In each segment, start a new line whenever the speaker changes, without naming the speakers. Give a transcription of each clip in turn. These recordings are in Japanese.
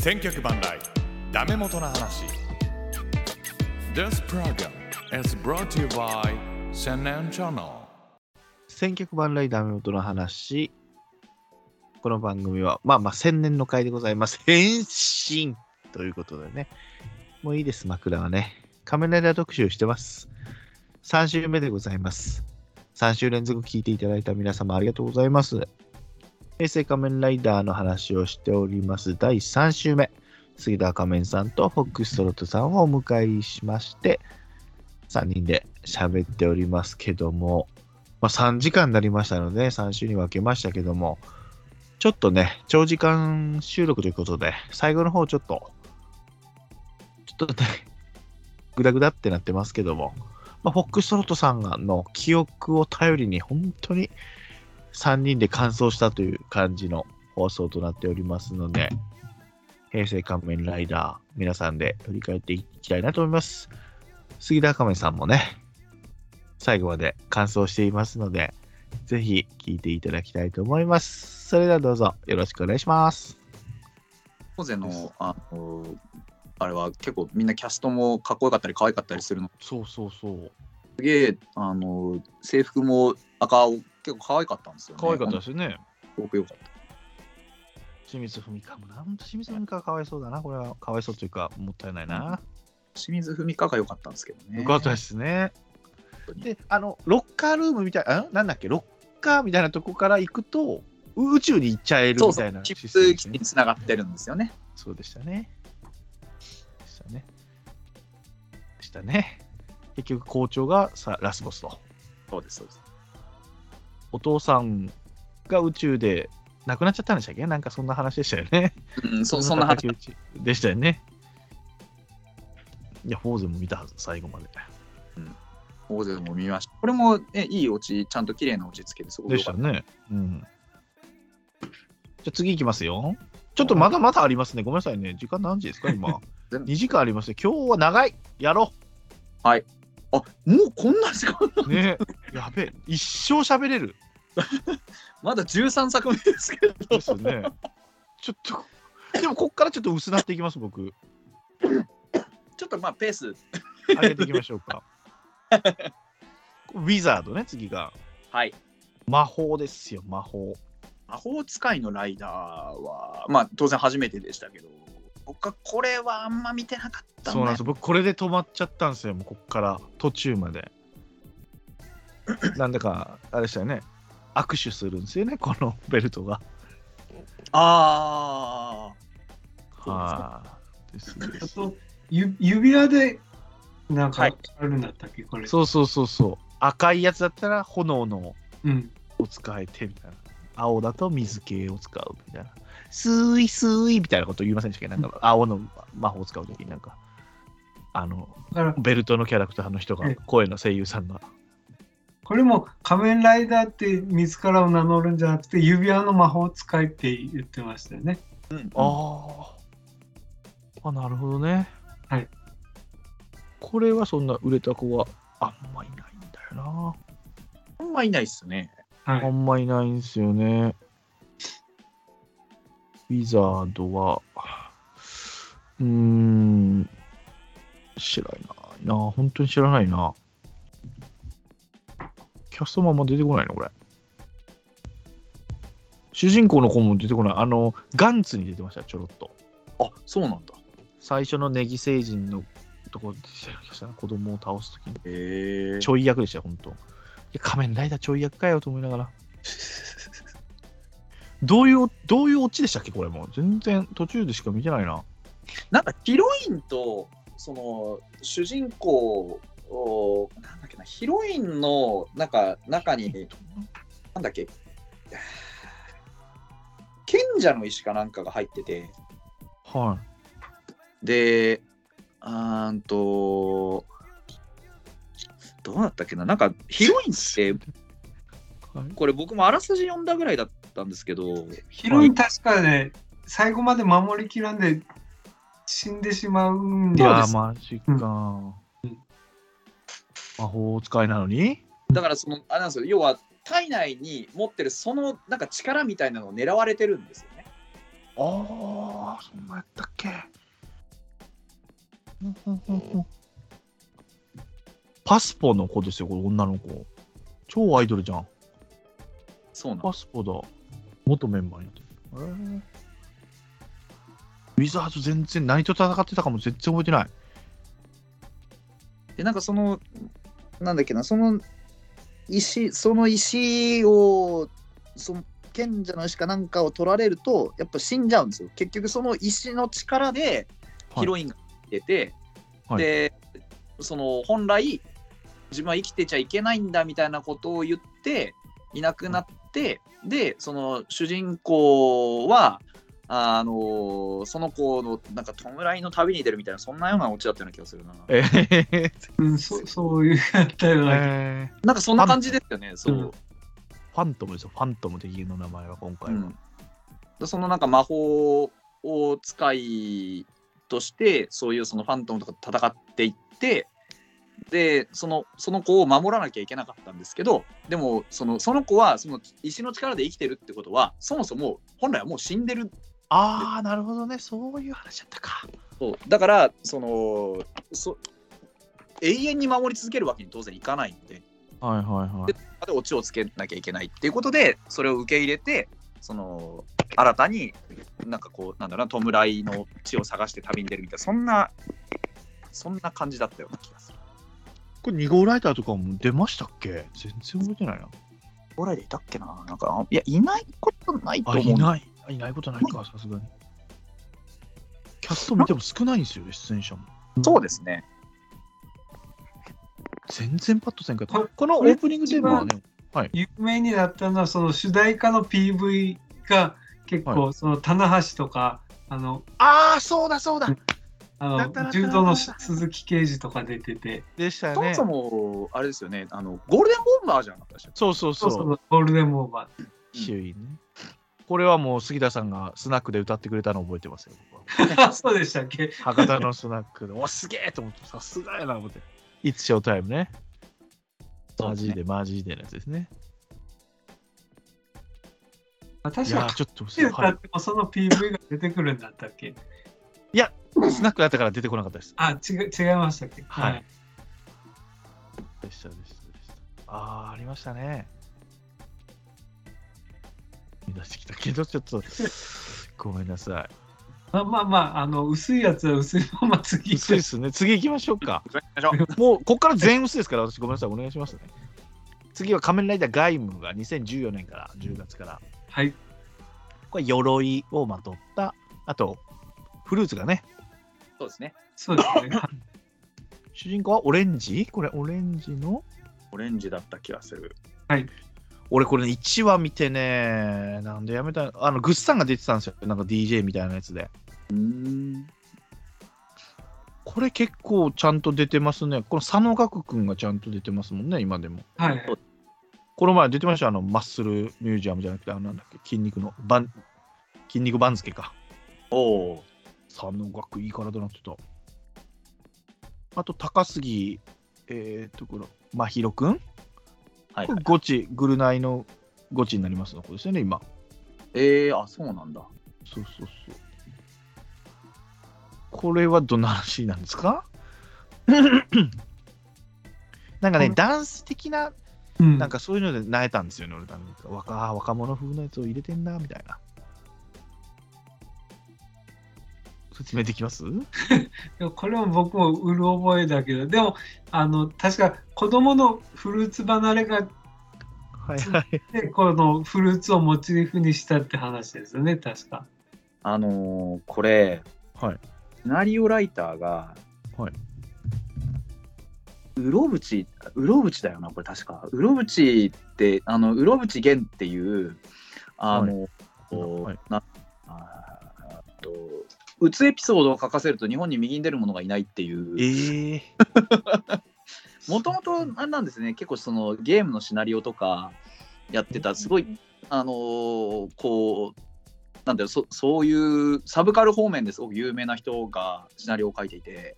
千脚万来ダメ元の話 This program is brought to you by 千年チャンネル
千脚万来ダメ元の話。この番組は、まあまあ、千年の会でございます。 変身ということでね。もういいです、枕はね。仮面ライダー特集してます。3週目でございます。3週連続聞いていただいた皆様ありがとうございます。平成仮面ライダーの話をしております。第3週目。杉田仮面さんとフォックストロットさんをお迎えしまして、3人で喋っておりますけども、まあ、3時間になりましたので、3週に分けましたけども、ちょっとね、長時間収録ということで、最後の方ちょっと、ちょっとね、グダグダってなってますけども、まあ、フォックストロットさんの記憶を頼りに、本当に3人で完走したという感じの放送となっておりますので、平成仮面ライダー、皆さんで振り返っていきたいなと思います。杉田仮面さんもね、最後まで感想していますので、ぜひ聞いていただきたいと思います。それではどうぞよろしくお願いします。
当然のあのあれは結構みんなキャストもかっこよかったり可愛かったりするの
そうそうそう。
すげえあの制服も赤青結構可愛かったんですよね。す。
すよね。
すごくよかった。
清水文香もな、ほんと清水文香はかわいそうだな。これはかわいそうというか、もったいないな。
清水文香が良かったんですけどね。
よかったですね
当。に
で、あの、ロッカールームみたいな、なんだっけ、ロッカーみたいなとこから行くと、宇宙に行っちゃえる
そう
み
そ。
たいうな
チ
シ
ッ
ステム
プ
です
機
ね
につながってるんですよね。
そうでしたね。でしたね。でしたね。結局、校長がさラスボスと。
そうですそうです。
お父さんが宇宙で亡くなっちゃったんでしたっけなんかそんな話でしたよね。
うんそそんな話。
敵討ちでしたよね。いや、フォーゼも見たはず、最後まで。
大勢も見ました。これもねいいオチちゃんと綺麗なオチつけてすごく
で
良
し
か
た
った。
ね。うん。じゃあ次行きますよ。ちょっとまだまだありますね。ごめんなさいね。時間何時ですか 今。
全部
2時間ありますね。今日は長いやろ
あもうこんな時間
うね。やべえ。一生喋れる。
まだ13作目ですけど。
ですよね。ちょっと、でもこっからちょっと薄なっていきます、僕。
ちょっとまあペース
上げていきましょう か。ウィザードね、次が。
はい。
魔法ですよ、魔法。
魔法使いのライダーは、まあ当然初めてでしたけど、僕はこれはあんま見てなかった
そうなんですす。僕、これで止まっちゃったんですよ、もうこっから、途中ま で。なんだか、あれでしたよね。握手するんですよね、このベルトが。
あ
はい。ですで
あ
す
とゆ指輪でなん
は
か
い
あるんだったっけ、これ。
そうそうそうそう。赤いやつだったら炎の
うん。
を使えてみたいな。青だと水系を使うみたいな。スーイスーイみたいなこと言いませんでしたっけなんか青の魔法を使うときになんか、あの、
だから、
ベルトのキャラクターの人が
ええ、
声の声優さんが。
これも仮面ライダーって自らを名乗るんじゃなくて、指輪の魔法使いって言ってましたよね。
あ、うん、あ
あーあ、なるほどね。
はい。
これはそんな売れた子はあんまいないんだよな。
んまいないっすね。
は
あ
い。
んまいないんですよね。ウィザードは、うーん、知らないな。本当に知らないな。キャストもあんま出てこないのこれ。主人公の子も出てこない。あの、ガンツに出てました、ちょろっと。
あそうなんだ。
最初のネギ星人のとこ出てきた気がしたな子供を倒すときに。
へえ
ちょい役でしたよ、本当。いや仮面ライダーちょい役かよと思いなが ら。どういう、どういうオチでしたっけ、これもう。全然途中でしか見てないな。
なんかヒロインと、その、主人公を、なんだっけな、ヒロインの、なんか、中に、なんだっけ、 賢者の石かなんかが入ってて、
は
で、あーんと、どうだったっけな、なんかヒロインって、
い。はい、
これ僕もあらすじ読んだぐらいだったんですけど、
ヒロイン確かね、最後まで守りきらんで死んでしまうん
い
だよ
そう
や
で
ー、
す
マジか。魔法使いなのに
だからその、あれなんですよ、要は体内に持ってるそのなんか力みたいなのを狙われてるんですよね。
ああ、そんなやったっけ。うんうんうんうんパスポの子ですよ、これ女の子。超アイドルじゃん。
そうなの
パスポだ。元メンバーになってる。ウィザーズ全然何と戦ってたかも全然覚えてない。
でなんかそのなんだっけなその石その石をその賢者の石かなんかを取られるとやっぱ死んじゃうんですよ結局その石の力で
はい
ヒロインが出て、
はい
でその本来自分は生きてちゃいけないんだみたいなことを言っていなくなってでその主人公はあのその子のなんか弔いの旅に出るみたいなそんなようなオチだったような気がするな。
えー、
うん、そそういうやったような
えー
なんかそんな感じですよね、そう。
ファントムですよ、ファントムで家の名前は今回は。
うんでそのなんか魔法を使いとして、そういうそのファントムとかと戦っていって、でそのその子を守らなきゃいけなかったんですけど、でもそのその子はその石の力で生きてるってことは、そもそも本来はもう死んでる
ああ、なるほどね、そういう話だったか。
そうだからそのそ、永遠に守り続けるわけに当然いかないので、
はいはいはい。
でオチをつけなきゃいけないっていうことでそれを受け入れてその新たになんかこうなんだろうな弔いの地を探して旅に出るみたいなそんなそんな感じだったような気がする。
これ2号ライターとかも出ましたっけ全然覚えてないな。
将来でいたっけななんかいやいないことないと
あ、
思う
いない。あいないことないか、さすがに。キャスト見ても少ないんですよね、出演者も。
そうですね。
全然パッとせんけど、
こ
このオープニングテーマはね、
有名になったのはその主題歌の PV が結構その棚橋とかあの
ああ、そうだそうだ
あ
だったら
の柔道の鈴木啓事とか出てて
でした
そ
よ
も
ね
そ。もあれですよねあのゴールデンボンバーじゃなかったでしたっ
そうそう
そ
そうう。
そうゴールデンボーバー
周囲ね。これはもう杉田さんがスナックで歌ってくれたの覚えてますよ、僕は
あそうでしたっけ
博多のスナックで、おすげえと思って、さすがやな、思って。いつショータイムね。
そう
マ
ですね
ジでマジでのやつですね。い
確
や
か
ー、ちょっと、
に
は
歌
い
ってもその PV が出てくるんだったっけ
スナックだったから出てこなかったです。
あ違う違いましたっけ
はいでしたでしたでした。ああ、ありましたね。出してきたけど、ちょっと、ごめんなさ
まあまあまああの薄いやつは薄いまま
い。
次
薄いですね。次行きましょうか。
けど
もう、ここから全薄ですから、私、ごめんなさい。お願いしますね。次は仮面ライダーガイムが2014年から、10月から。
はい
これ、鎧をまとった。あと、フルーツがね、
そうですね。
そうですね
主人公はオレンジこれ、オレンジの
オレンジだった気がする。
俺これね1話見てねなんでやめたあのグッさんが出てたんですよなんか DJ みたいなやつで
うん。
これ結構ちゃんと出てますねこの佐野岳くんがちゃんと出てますもんね今でも
はい
この前出てましたよあのマッスルミュージアムじゃなくてあのなんだっけ筋肉のばん筋肉番付か
おお。
佐野岳いい体になってたあと高杉えー、ところ真宙くん
はい
これゴチグルナイのゴチになりますのこれですよね今
えー、あそうなんだ。
そうそうそう。これはどんな話なんですかなんかね、
この
ダンス的な、
うん
なんかそういうので泣えたんですよね、俺なんか。若あー若者風のやつを入れてんな、みたいな。説明できます
いやこれも僕もうる覚えだけどでもあの確か子供のフルーツ離れが
はいはい。
でこのフルーツをモチーフにしたって話ですよね確か
あのーこれ、
はい
シナリオライターが、
はいう
ろぶち、うろぶちだよな、これ確か。うろぶちって、あの、うろぶちげんっていう、あの、こう
はい
なあーあと、うつエピソードを書かせると日本に右に出る者がいないっていう。
ええ
もともとあれなんですね、結構そのゲームのシナリオとかやってた、すごい、あのーこう、なんだろうそ、そういうサブカル方面ですごく有名な人がシナリオを書いていて、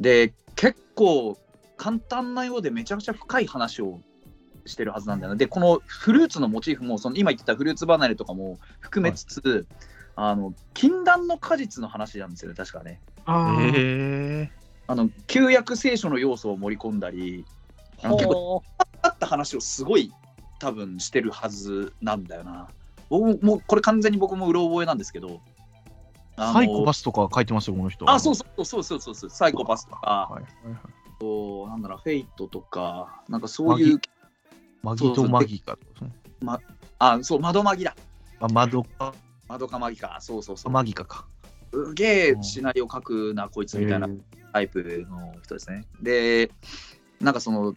で、結構簡単なようでめちゃくちゃ深い話をしてるはずなんだよな。で、このフルーツのモチーフも、その今言ってたフルーツ離れとかも含めつつ、あの禁断の果実の話なんですよね確かね
ああ、
え
あの旧約聖書の要素を盛り込んだりあの結構
ほ
あった話をすごい多分してるはずなんだよな僕ももうこれ完全に僕もうろ覚えなんですけどあの
サイコパスとか書いてますよ、この人。
あそうそうそうそうそうそうサイコパスとか
はいはいはい
こうなんだろうフェイトとかなんかそ
マ
う
ギ
いう
マギとマギかってことね。
あそう窓マギだ
あ、マドか、
窓かマギかそうそうそう
マギかか。
すげえシナリオ書くなこいつみたいなタイプの人ですね。で、なんかその、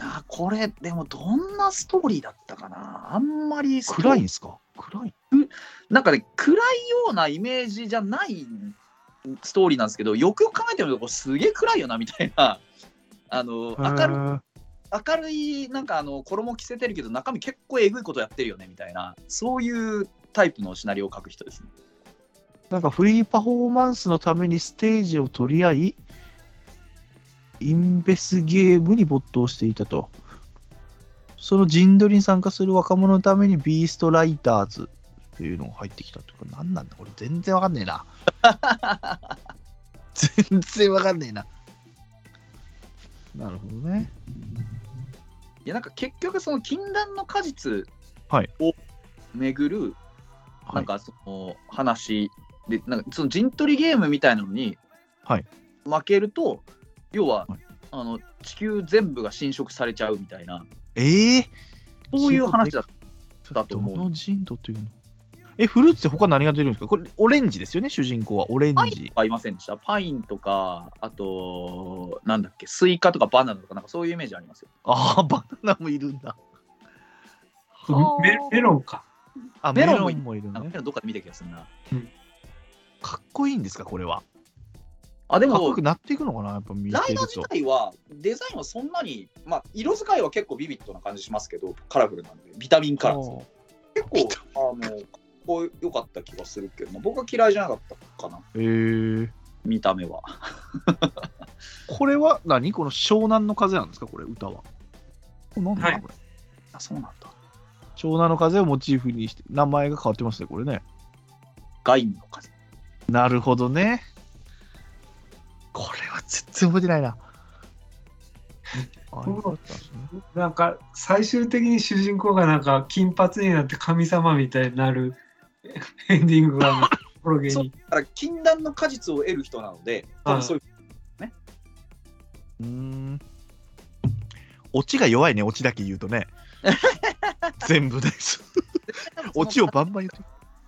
あこれ、でもどんなストーリーだったかなあんまりストー
暗いんですか暗い
なんかね、暗いようなイメージじゃないストーリーなんですけど、よくよく考えてみると、これすげえ暗いよなみたいな、 あの明る
る
明るい、なんかあの衣着せてるけど、中身結構えぐいことやってるよねみたいな、そういうタイプのシナリオを書く人ですね。
なんかフリーパフォーマンスのためにステージを取り合い、インベスゲームに没頭していたと。その陣取りに参加する若者のためにビーストライターズというのが入ってきたってこれ何なんだこれ全然わかんねえ な。全然わかんねえな。なるほどね。
いやなんか結局その禁断の果実
はい
を巡る、
はい
なんかその話でなんかその陣取りゲームみたいなのに
はい
負けると、要は、
はい
あの地球全部が侵食されちゃうみたいな
ええ
そういう話だ
だ
だ
と
と
思
思
う。
う
どの人道というのえ、フルーツって他何が出るんですかこれ、オレンジですよね、主人公は。オレン
パイン
ジ
と。かいませんでしたパインとかあとなんだっけスイカとかバナナとかなんかそういうイメージありますよ
ああ、バナナもいるんだ。
ー
メメロンか。
あ、メ
メロン
ロ
も
ンもいる
なん
ね
か。どっかで見た気がするな
かっこいいんですか、これは。
あで
かっこよ
も
くなっていくのかな、やっぱ見て
ライ
る
ダー自
と。
体はデザインはそんなに、まあ、色使いは結構ビビッドな感じしますけどカラフルなんでビタミンカラーですね結構あのかっこよかった気がするけどな僕は嫌いじゃなかったかな
えー、
見た目は
これは何この湘南の風なんですか、これ、歌は。これなんだ
はい
これ
あそうなんだ
湘南の風をモチーフにして、名前が変わってますね、これね。
ガイムの風
なるほどね。これは全然覚えてない な。ああいうことだったんですね
なんか最終的に主人公がなんか金髪になって神様みたいになる エンディングがなんかコロゲ
そう
に。
だから禁断の果実を得る人なので多分そういう
うーん。オチが弱いね、オチだけ言うと ね。全部です。オチをバンバン言って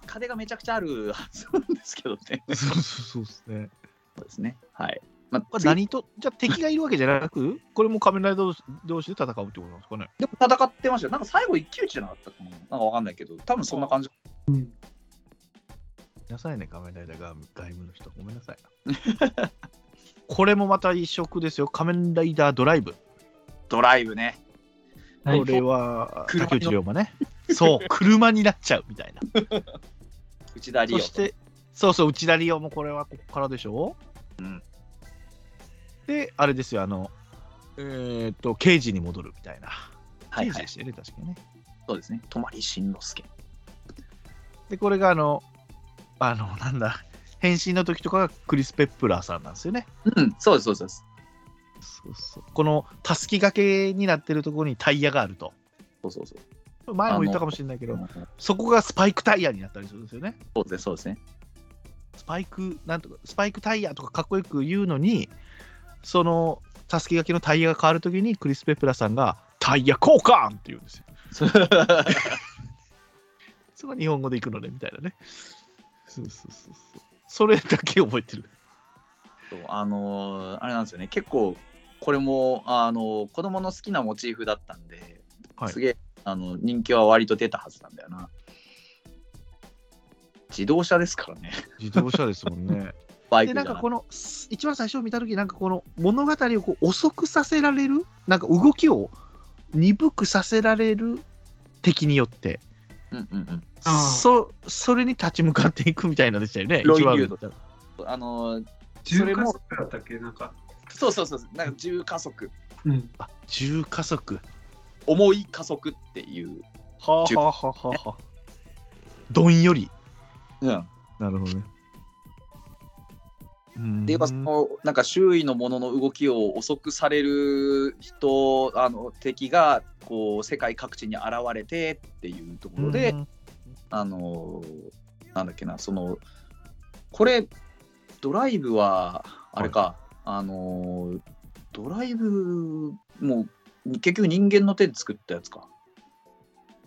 風がめちゃくちゃあるはずなんですけどね
る。そうそうそうですね。
そうですねはい、ま
こ
あ、
れ
次
何と、じゃあ敵がいるわけじゃなく、これも仮面ライダー同士で戦うってことなんですかね。
でも戦ってましたよなんか最後一騎打ちじゃなかったかななんかわかんないけど多分そんな感じ
うん
いなさいね、仮面ライダーが外部の人。ごめんなさい。 これもまた異色ですよ。仮面ライダードライブ。
ドライブね
はい
これは、
車の
竹内涼真ね。 そう、車になっちゃうみたいな。
内田理
そ
央
して、そうそう、内田理央もこれはここからでしょ
うん。
で、あれですよ、あの、えーっと、刑事に戻るみたいな。
はい
刑事
はい
でしたよね、確かにね。
そうですね泊慎之介
で、これがあの、あの、 なんだ、変身の時とかがクリス・ペップラーさんなんですよね。
うんそうですそうですそうです
そうそう。この、たすき掛けになってるところにタイヤがあると。
そうそうそう
前も言ったかもしれないけど、
そ
そこがスパイクタイヤになったりするんですよね。
うですねそうですね
スパイク、なんとか、スパイクタイヤとかかっこよく言うのに、その、たすきがけのタイヤが変わるときに、クリス・ペプラさんが、タイヤ交換って言うんですよ。それが日本語で行くのね、みたいなね。そうそうそうそう。それだけ覚えてる。
そうあのーあれなんですよね結構これも、あのー子供の好きなモチーフだったんで、
はい
すげえあの人気は割と出たはずなんだよな自動車ですからね
自動車ですもんね。
バイ
で、
ク
な
じゃ
ん
な
か
く
この、す一番最初見たとき、なんかこの物語をこう遅くさせられる、なんか動きを鈍くさせられる敵によって、
うんうん
あー
そそれに立ち向かっていくみたいなのでしたよね。
ロイ
一番
リュウドうんあのー
重
それ
加
も
速だったっけなんか。
そうそうそうなんか重加速
うん。
あ重加速。
重い加速っていう
は
あ
はははどんより。
うん、
なるほどね。
でやっぱそのなんか周囲のものの動きを遅くされる人あの敵がこう世界各地に現れてっていうところで、
うん
あのなんだっけなそのこれドライブはあれか、あのドライブも結局人間の手で作ったやつか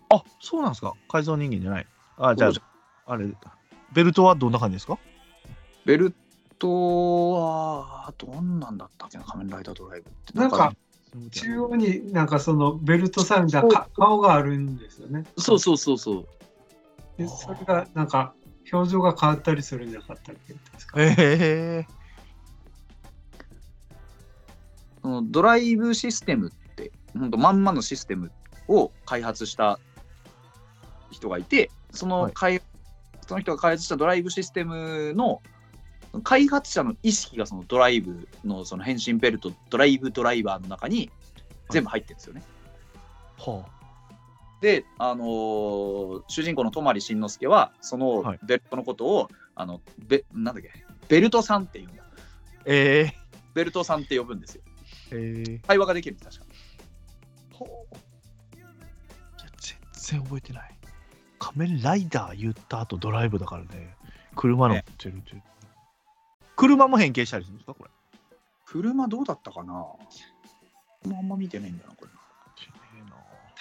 あそうなんですか改造人間じゃない。あじゃ
そ
ああ
うじ
れベルトはどんな感じですか
ベルトはどんなんだったっけな仮面ライダードライブって
なんか中央になんかそのベルトさんみたいなか顔があるんですよね。
そうそうそうそう
でそれがなんか表情が変わったりするんじゃなかったっけ確か
ええ
そのドライブシステムって本当まんまのシステムを開発した人がいてその開、その人が開発したドライブシステムの開発者の意識がそのドライブのその変身ベルトドライブドライバーの中に全部入ってるんですよね。
は
で、あのー主人公の泊しんのすけはそ
は
の
い
ベルトのことを、あのベなんだっけベルトさんって呼ぶんだ
あ、え
ベルトさんって呼ぶんですよ。
えええ
会話ができるんです確か。
ほういや全然覚えてない仮面ライダー言った後ドライブだからね車乗ってるっていう車も変形したりするんですかこれ
車どうだったかな車あんま見てないんだなこれ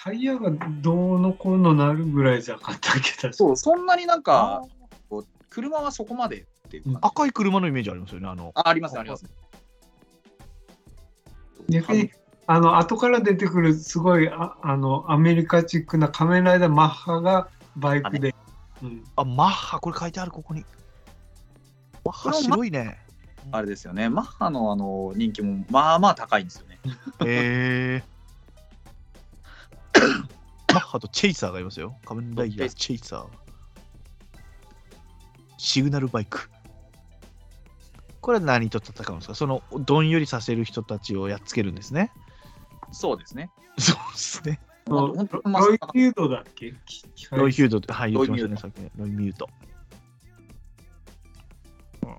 タイヤがどうのこうのなるぐらいじゃなかったっけ確か
そうそんなになんかこう車はそこまでっていう感じ
赤い車のイメージありますよねあの
あありますねありますね
逆にあの後から出てくるすごいああのアメリカチックな仮面ライダーマッハがバイクで、うん、
あマッハこれ書いてあるここにマッハ白いね
あれですよねマッハのあの人気もまあまあ高いんですよね
ええ マッハとチェイサーがいますよ。仮面ライダー、チェイサー。シグナルバイク。これは何と戦うんですかそのどんよりさせる人たちをやっつけるんですね。
そうですね
そうですね。
そう
本当まあ
ロイ・フュードだっけきき
ロイ・ヒュードって、はい、言
ロ
っ
イ
てましたね、さっきね。ロイ・ミュート。うん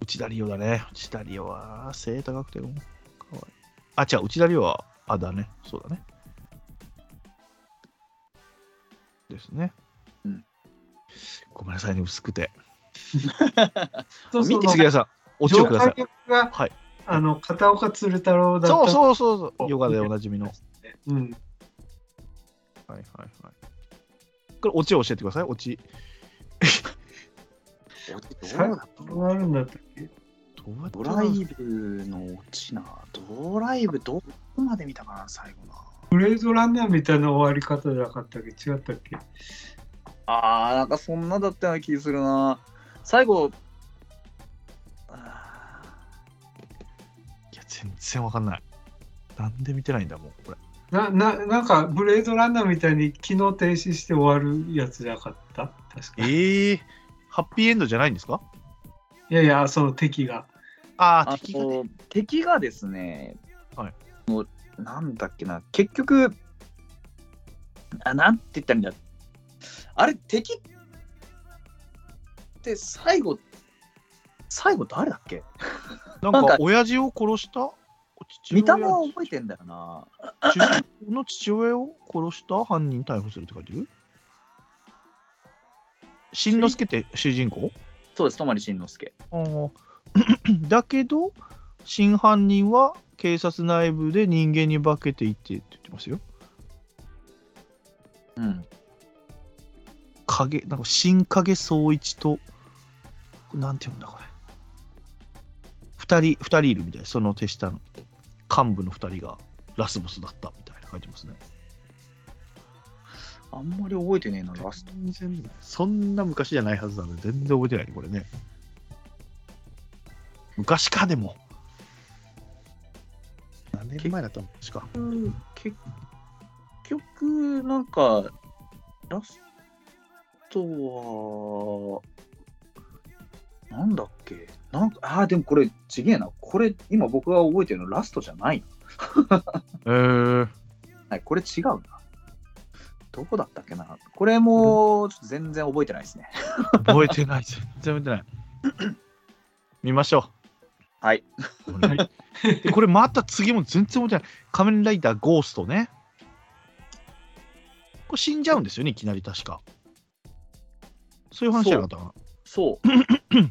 内田理央だね。内田理央は背高くてもかわいい。あ、違う、内田理央は、あ、だね。そうだね。ですね。
うん
ごめんなさいね、薄くて。
そうそう
見て
杉谷さん、お茶を
上
くださ
官
い。
役が、
はい
あの片岡鶴太郎だった
そう
う
そうそうそう。ヨガでおなじみの。はい
そう、うん、
はいはい。これ、オチを教えてください。オチ。
どう
最
だっ
後
た
どうなるんだったっけ
どうやって
ドライブの落ちなドライブどこまで見たかな最後な
ブレードランナーみたいな終わり方じゃなかったっけ違ったっけ
あーなんかそんなだったような気するな最後あー
いや、全然わかんない。なんで見てないんだもん、これ。
なななんかブレードランナーみたいに機能停止して終わるやつじゃなかった確か
ええハッピーエンドじゃないんですか
いやいやその敵が
ああ、
あ
敵がね。
と敵がですね、
はい
もうなんだっけな、結局、あなんて言ったらいいんだあれ、敵って最後、最後誰だっけ
なん
なん
か
か、
親父を殺した父親
見た目は覚えてんだよな。
父親の父親を殺した犯人逮捕するって書いてるしんのすけって主人公
そうです、泊しんのすけ。
あー だけど、真犯人は警察内部で人間に化けていってって言ってますよ。
うん。
影、なんか、新影総一と、なんて言うんだ、これ。二人、二人いるみたい。その手下の幹部の二人がラスボスだったみたいな書いてますね。
あんまり覚えてねえな、ラスト。
全然、そんな昔じゃないはずなので、全然覚えてないね、これね。昔か、でも。何年前だったのしか。
結局、なんか、ラストは、なんだっけなんか、ああ、でもこれ、ちげえな。これ、今僕が覚えてるの、ラストじゃないな。
えー、
はい、これ違うな。どこだったっけなこれもちょっと全然覚えてないですね。
覚えてない。全然覚えてない。見ましょう。
はい。
でこれまた次も全然覚えてない。仮面ライダーゴーストね。これ死んじゃうんですよね、いきなり確か。そういう話じゃなかったかな。
そう。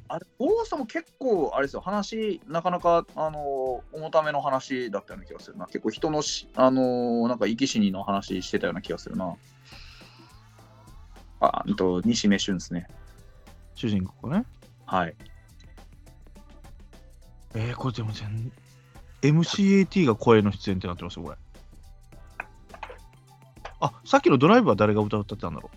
あれ、ゴーストも結構、あれですよ、話、なかなか、あのー重ための話だったような気がするな。結構、人のし、あのーなんか、生き死にの話してたような気がするな。あ、うんと、西銘俊ですね。
主人公ね。
はい。
えー、これでも全 MCAT が声の出演ってなってますよ、これ。あ、さっきのドライブは誰が歌ってたんだろ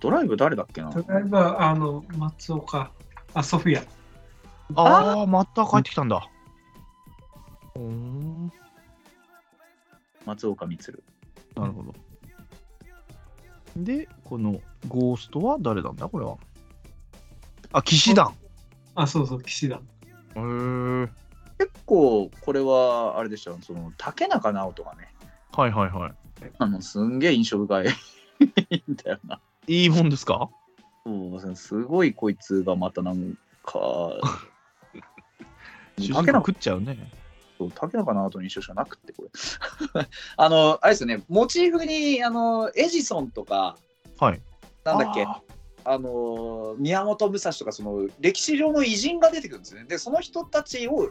ドライブ誰だっけな
とりあえずはあの松岡あソフィア
うああ、また帰ってきたんだ。うーん、
松岡充。
なるほど。で、このゴーストは誰なんだ、これは。あ、騎士団。
あそうそう岸田
へー
結構、これは、あれでしたよ、その、竹中直人がね、
はいはいは
あの、すんげえ印象深いんだよな。
い。いいもんですか
そうすごいこいつがまたなんか
主人公
竹中
食っちゃうね。
そう竹中直人の印象しかなくってこれ あのあれですよねモチーフにあのエジソンとか
はい。
なんだっけ
あ
あの宮本武蔵とかその歴史上の偉人が出てくるんですよねでその人たちを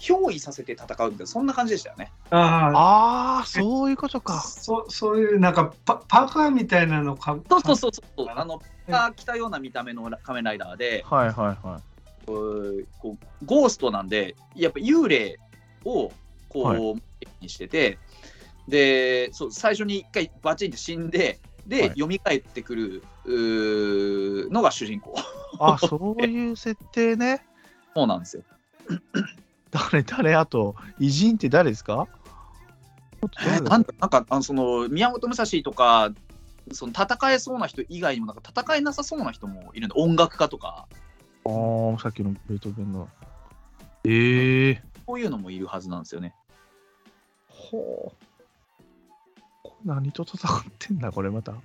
憑依させて戦うみたいなそんな感じでしたよね
あ
ああ、そういうこと
あ
か。
そそういうなんかパパーカーみたいなのか
そうそうそうそうあのが着たような見た目の仮面ライダーで
はいはいはい。
こうゴーストなんでやっぱ幽霊をこう、
はい
にしててでそう最初に一回バチンって死んで
は
で、
い
読み蘇ってくるうーのが主 人公
あ、そういう設定ね。
そうなんですよ
誰誰あと偉人って誰ですか？
えなんだなんかあのその宮本武蔵とかその戦えそうな人以外にもなんか戦えなさそうな人もいるんで音楽家とか
あーさっきのベートーベンの。ええー。
こういうのもいるはずなんですよね
ほう。これ何と戦ってんだこれまた。こ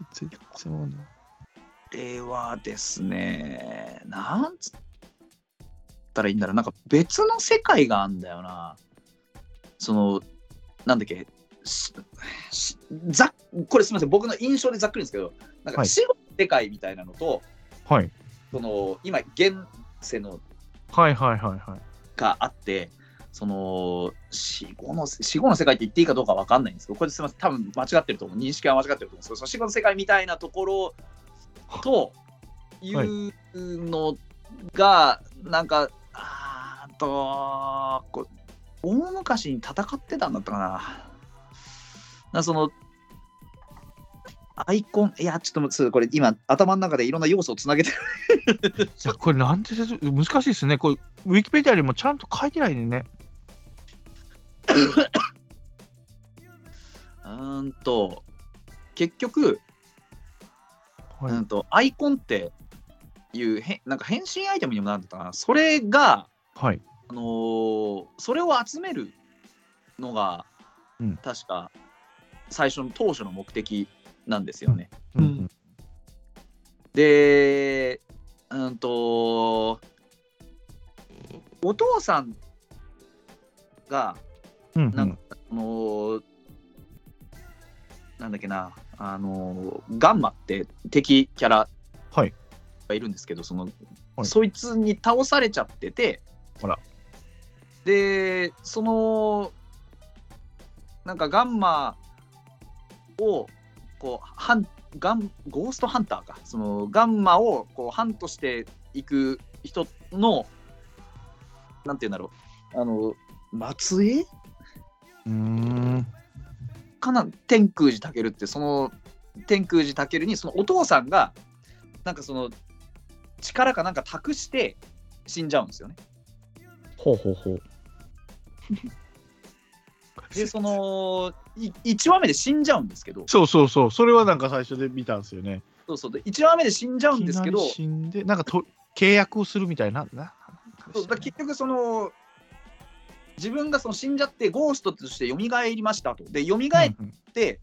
れ全然わかんない
これはですねなんつったらいいんだろうなんか別の世界があんだよなそのなんだっけししざこれすみません僕の印象でざっくりですけど
は
なんか
い
死後の世界みたいなのと、
はい
その今現世の
はいはいはいはい。
があってその死後の死後の世界って言っていいかどうかわかんないんですけどこれすみません多分間違ってると思う認識は間違ってると思うんですけどその死後の世界みたいなところというのがなんか、あーとこう大昔に戦ってたんだったかな。なそのアイコンいやちょっともうすぐこれ今頭の中でいろんな要素をつなげてる
いやこれなんて説明難しいですね。これウィキペディアにもちゃんと書いてないね。
うーんと結局
はい
うんとアイコンっていうへんなんか変身アイテムにもなってたかなそれが、
はい。
あのーそれを集めるのが、
うん
確か最初の当初の目的なんですよね。
うん
でうんとお父さんが
うんう
なん
ん
か。あのーなんだっけな、あのーガンマって敵キャラ
はい
がいるんですけど、その
はい
そいつに倒されちゃってて、
あら
で、その、なんかガンマをこうハンガン、ゴーストハンターか、そのガンマをこうハントしていく人の、なんて言うんだろう、あの、末裔
うーん。
かな天空寺武ってその天空寺武にそのお父さんがなんかその力かなんか託して死んじゃうんですよね。
ほうほうほう。
でその1話目で死んじゃうんですけど
そうそうそう。それはなんか最初で見たんですよね。
そうそうで1話目で死んじゃうんですけど
いきなり死んでなんかと契約をするみたいな。な
そうだから結局その自分がその死んじゃってゴーストとして蘇りましたと。で蘇
はい
っ。て、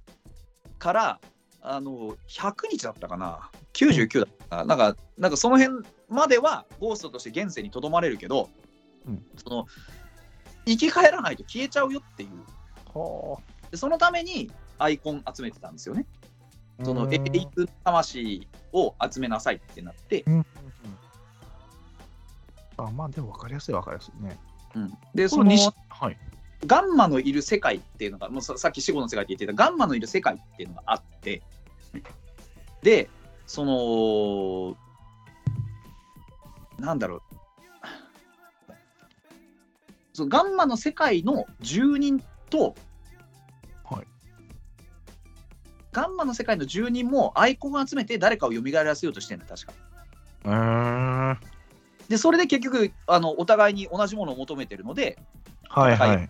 からあの100日だったかな99だったかななんかなんかその辺まではゴーストとして現世にとどまれるけど、
うん
その生き返らないと消えちゃうよっていう
ほ
でそのためにアイコン集めてたんですよね
う
その
うん
永遠の魂を集めなさいってなって
うんうんうんあまあでも分かりやすい分かりやすいね。
うんで
こ
その
西はい。
ガンマのいる世界っていうのがもうささっき死後の世界って言ってたガンマのいる世界っていうのがあってでそのなんだろうそのガンマの世界の住人と、
はい
ガンマの世界の住人もアイコンを集めて誰かを蘇らせようとしてるんだ確か。
うーん。
でそれで結局あのお互いに同じものを求めてるので
はいは。
はい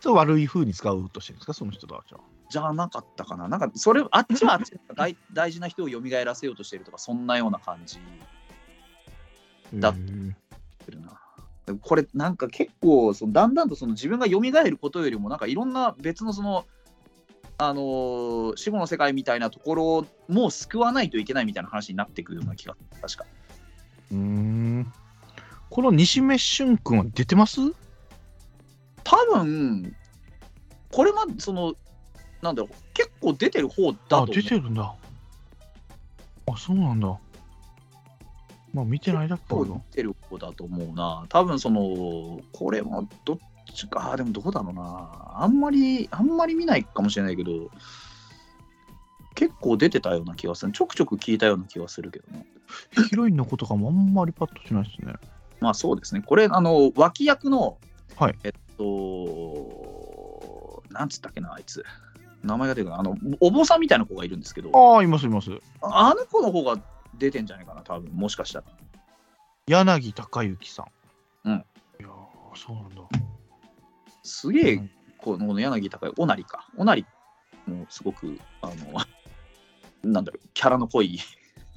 そう悪い風に使うとしてるんですか、その人とはじゃ
じゃなかったかな。なんか、それ、あっちはあっちで大 大事な人を蘇らせようとしてるとか、そんなような感じ
あ。
だ
へー
するな。でもこれ、なんか結構、そのだんだんとその自分が蘇ることよりも、なんかいろんな別のその、あのー死後の世界みたいなところも救わないといけないみたいな話になってくるような気が、確か。
うーん。この西目俊君は出てます
多分これが、その、なんだろう、結構出てる方だと
あ
思、う。
出てるんだ。あ、そうなんだ。まあ見てないだっ
結
た
構
け
出
ど。
てる子だと思うな。多分その、これもどっちか、あーでもどうだろうな。あんまり、あんまり見ないかもしれないけど、結構出てたような気がする。ちょくちょく聞いたような気がするけどな。
ヒロインのことかもあんまりパッとしないですね。
まあそうですね。これ、あの、脇役の、
はい
えっと、なんつったっけな、あいつ。名前が出てくるあの、お坊さんみたいな子がいるんですけど、あ
ああ、いますいます。
あの子の方が出てんじゃないかな、多分もしかしたら。
柳隆之さん。
うん
いやーそうなんだ。
すげ
う
え
ん、
この柳高い、おなりか。おなりもすごく、あの、 なんだろう、キャラの濃い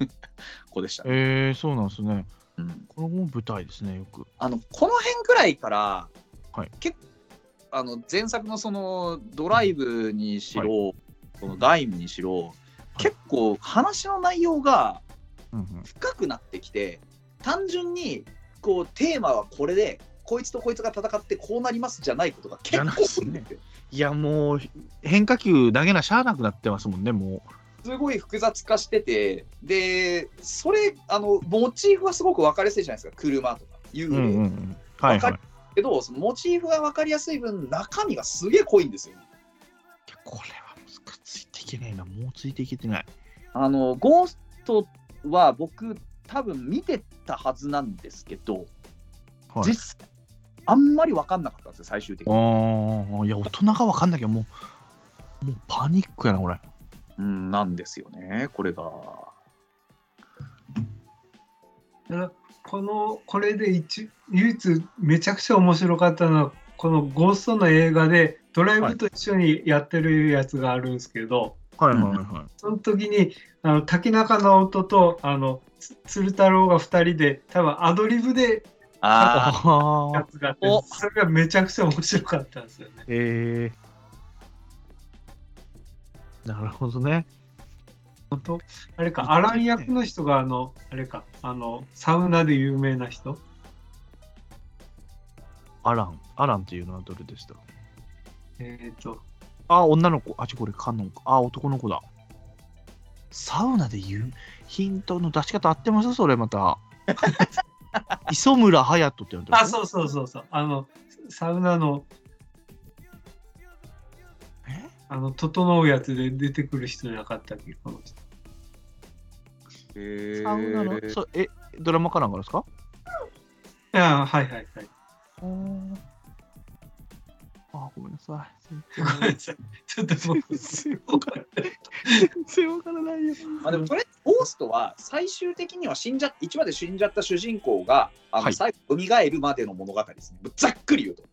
子でした、ね
えー、そうなんですね。
うん
この子も舞台ですね、よく。
あのこの辺ぐらいから、
はい
結構あの前作のそのドライブにしろ、このダイムにしろ、
い
結構話の内容が
うんうん
深くなってきて単純にこうテーマはこれでこいつとこいつが戦ってこうなりますじゃないことが結構多いんですよ
いや、もう変化球投げなしゃあなくなってますもんね、も
すごい複雑化してて、で、それ、あの、モチーフはすごく分かりやすいじゃないですか、車とか、幽
う。う
霊、
んうんうん。はいは
わ
い
か。けど、そのモチーフが分かりやすい分、中身がすげえ濃いんですよ。
これは難しいついていけないな、もうついていけてない。
あの、ゴーストは僕、多分見てたはずなんですけど、
はい、
実際、あんまり分かんなかったんですよ、最終的
あ
に。
ーいや、大人がわかんなきゃもう、もうパニックやな、これ。
うん、なんですよね、これが。
だからこのこれで一唯一めちゃくちゃ面白かったのはこのゴーストの映画でドライブと一緒にやってるやつがあるんですけど、
はい
はいはい
は
その時にあの滝中直人とあのつ鶴太郎が2人で多分アドリブで
ああ、
あ
や
あ、
つがあって
お
それがめちゃくちゃ面白かったんですよね。
えー。なるほどね。
本当あれかアラン役の人があのあれかあのサウナで有名な人
アラン、アランっていうのはどれでした
えっ、と
あ、女の子。あ、ちょ、これ、カノンか。あ、男の子だ。サウナで言うヒントの出し方合ってますそれま た。磯村隼人って呼んで
あ
ます。
そうそうそうそうあのサウナの
え
あの整うやつで出てくる人じゃなかったっけこの人
サウナの、そうえ、ドラマかなんかですか
ああはいはいはい
あーあー、ごめんなさい。
ごめんなさいちょっともう
全然わからない。全然わからないよ。
まあ、でもとりあえずゴーストは最終的には死んじゃ一話で死んじゃった主人公があ
は
の
い
最後蘇るまでの物語ですね。ざっくり言うと。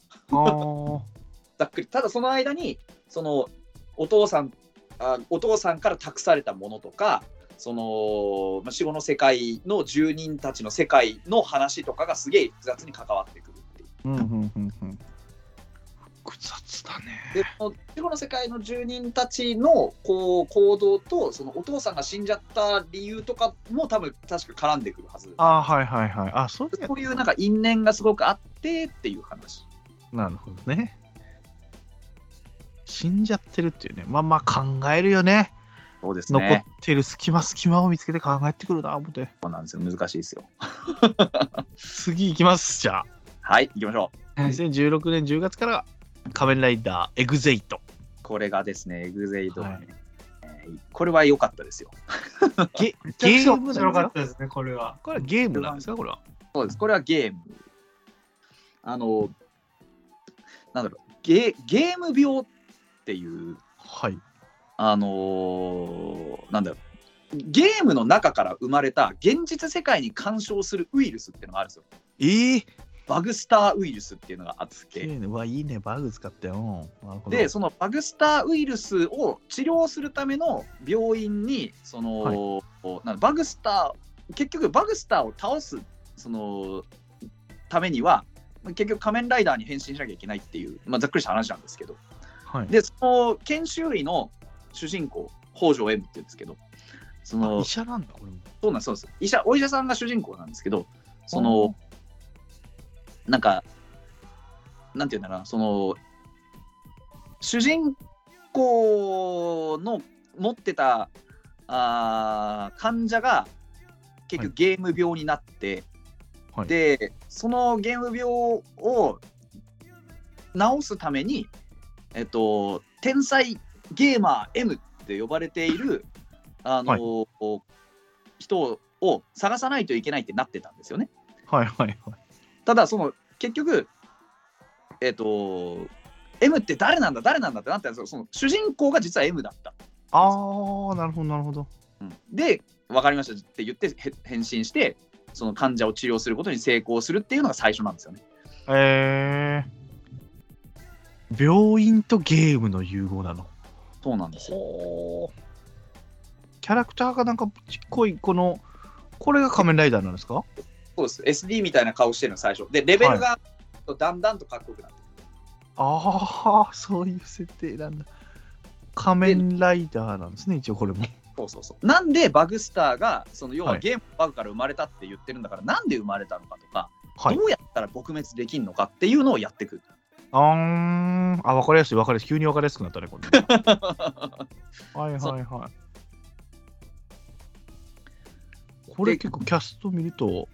あ
ざっくり。ただその間にそのお父さんあお父さんから託されたものとかその、まあ、死後の世界の住人たちの世界の話とかがすげえ複雑に関わってくるっていう。
ーうんうんうんうん。複雑したね。
でこの地方の世界の住人たちのこう行動とそのお父さんが死んじゃった理由とかも多分確か絡んでくるはず
ああ、はいはいはい。あそういう
こういうなんか因縁がすごくあってっていう話
なるほどね。死んじゃってるっていうね。まあまあ考えるよね。
そうです
残っ
ね
てる隙間隙間を見つけて考えてくるな、思って。
そうなんですよ難しいですよ
次行きます。じゃあ、
はい行きましょう
はい
2016年10月から仮面ライダーエグゼイト。
これがですねエグゼイド、
はい
えーこれは良かったですよ
ゲ
めちゃくち
ゲ
ゃ
ー
面
ムな
白
んで
かっ
すか
たですね、これは。
これはゲームなんですかこれは。
そうですこれはゲームあのなんだろうゲゲーム病っていう
はい。
あのーなんだろうゲームの中から生まれた現実世界に干渉するウイルスっていうのがあるんですよ。
ええ
バグスターウイルスっていうのがあっ
ゲ
て。
ームうわ、いいね。バグ使ったよ。うんなるほど
で、そのバグスターウイルスを治療するための病院にその、
はい
こうなんバグスター結局バグスターを倒すそのためには結局仮面ライダーに変身しなきゃいけないっていう、まあ、ざっくりした話なんですけど
はい、
でその研修医の主人公北条 M って言うんですけどそ
あ
の
医者なんだ、これも。
そうなんですそうなんです医者お医者さんが主人公なんですけどそのなんかなんていうんだろうなその主人公の持ってたあー患者が結
は
局ゲーム病になって、
はい
でそのゲーム病を治すためにえっと天才ゲーマー M って呼ばれているあの、
はい
こう人を探さないといけないってなってたんですよね。
はいはいはい。
ただその結局えっ、と M って誰なんだ誰なんだってなったんですよその主人公が実は M だった。
ああ、なるほど、なるほど。
で分かりましたって言ってへ返信してその患者を治療することに成功するっていうのが最初なんですよね。
えー、病院とゲームの融合なの。
そうなんですよ。
ほキャラクターがなんかちっこい、この、これが仮面ライダーなんですか
そうです SD みたいな顔してるの最初。でレベルがだんだんとかっこよくなってくる
ああ、そういう設定なんだ。仮面ライダーなんですね、一応これも。
そうそうそうなんでバグスターがその要
は
はいゲームのバグから生まれたって言ってるんだから、なんで生まれたのかとか、
はい。
どうやったら撲滅できるのかっていうのをやっ てくる。
あーんあ、わかりやすい、わかりやすい。急にわかりやすくなったね、これ。はいはいはい。これ
で
結構キャスト見ると、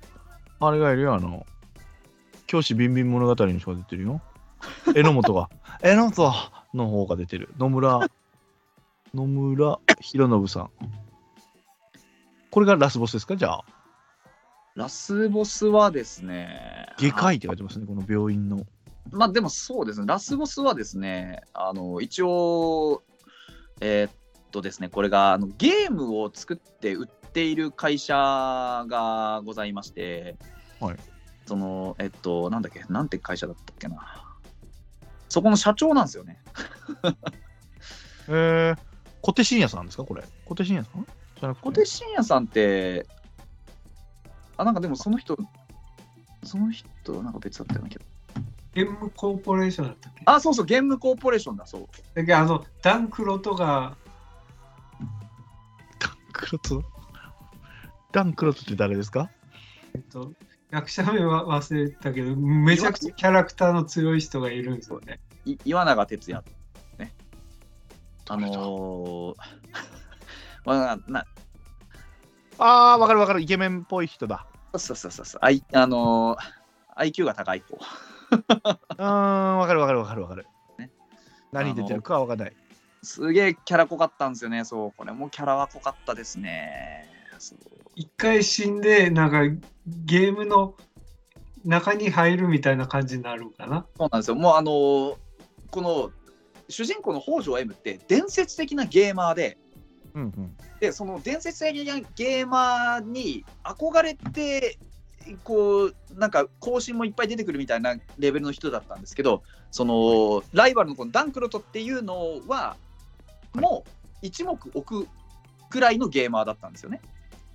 あれがいるよ、あの、教師ビンビン物語にしか出てるよ。 榎本が、榎本の方が出てる。野村、野村博信さん。これがラスボスですかじゃあ、
ラスボスはですね、
外科医って書いてますね、この病院の。
まあでもそうですね、ラスボスはですね、あの一応、えーっとですね、これがあのゲームを作って売っている会社がございまして、
はい
その、えっと、なんだっけ、なんて会社だったっけな、そこの社長なんですよね。
えー、小手伸也さんですかこれ。小手伸也さんじゃなくて
小手伸也さんって、あ、なんかでもその人、その人、なんか別だったような気が。
ゲームコーポレーションだったっけ
あ、そうそう、ゲームコーポレーションだそう。
だけどあの、ダンクロとか、
ダンクロトダンクロトって誰ですか
えっと、役者名は忘れたけど、めちゃくちゃキャラクターの強い人がいるんですよね。
い岩永哲也、ね、あ
誰だ
のー まあ、な
ああ、わかるわかる。イケメンっぽい人だ。
そうそうそうそうあいあのー IQ が高い子
うーん、わかるわかるわかるわかる。何出てるかはわかんない。
すげえキャラ濃かったんですよねそうこれもキャラは濃かったですねそう
一回死んで、なんかゲームの中に入るみたいな感じになるのかな。
そうなんですよもうあのーこの主人公の北条 M って伝説的なゲーマーで
うんうん。
でその伝説的なゲーマーに憧れてこうなんか更新もいっぱい出てくるみたいなレベルの人だったんですけどそのライバルのこのダンクロトっていうのはもう一目置くくらいのゲーマーだったんですよね。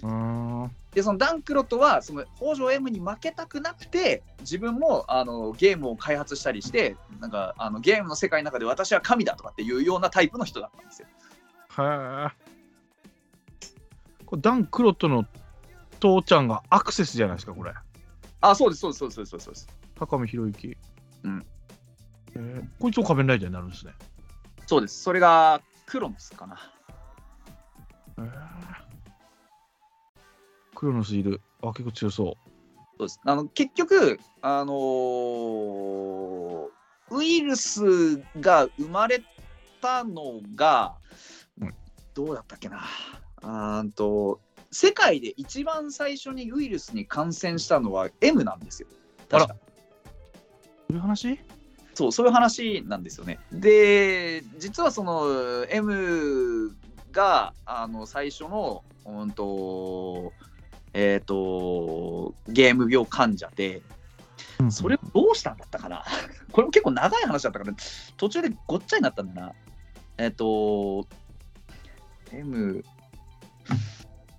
うーん。
でそのダンクロとはその北条 M に負けたくなくて自分もあのゲームを開発したりしてなんかあのゲームの世界の中で私は神だとかっていうようなタイプの人だったんですよ。
へえ。これ、ダン・クロとの父ちゃんがアクセスじゃないですか、これ。
あそうですそうですそうですそうですそうです
高見博之。
うん。
えー、こいつも仮面ライダーになるんですね。
そうですそれがクロノスかな。
へえ。クロノスいる。あ、結構強そ
そうですあの結局、あのーウイルスが生まれたのが、
うん
どうだったっけなあーんと世界で一番最初にウイルスに感染したのは M なんですよ。確か
う。そういう話
そうそういう話なんですよね。で実はその M があの最初のうんとえっ、とゲーム病患者でそれをどうしたんだったかな これも結構長い話だったから途中でごっちゃになったんだなえっ、と M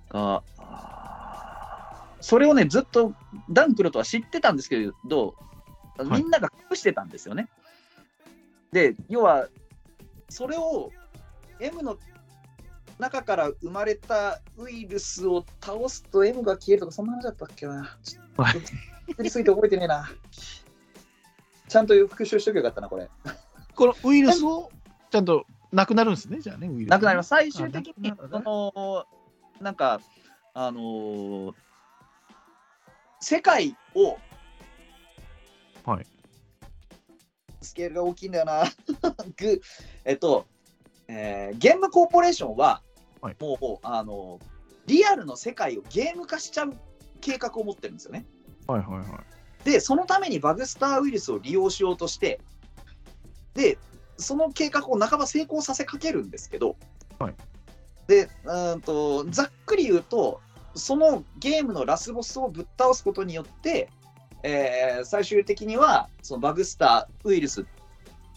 があーそれをねずっとダンクルとは知ってたんですけど
はい
みんなが隠してたんですよね。で要はそれを M の中から生まれたウイルスを倒すと M が消えるとかそんな話だったっけなちょっ
は
と作りすぎて覚えてねえなちゃんと復習しときゃよかったなこれ
このウイルスをちゃんとなくなるんですね、じゃあね、ウイルス。
なくなります最終的に
あなくなる
そのなんかあのー世界を
はい
スケールが大きいんだよな ぐえっと、えーゲームコーポレーションは、
はい
もうあのリアルの世界をゲーム化しちゃう計画を持ってるんですよね
はいはいはい。
で、そのためにバグスターウイルスを利用しようとして、で、その計画を半ば成功させかけるんですけど、
はい
でうーんとざっくり言うと、そのゲームのラスボスをぶっ倒すことによって、えー最終的にはそのバグスターウイルスっ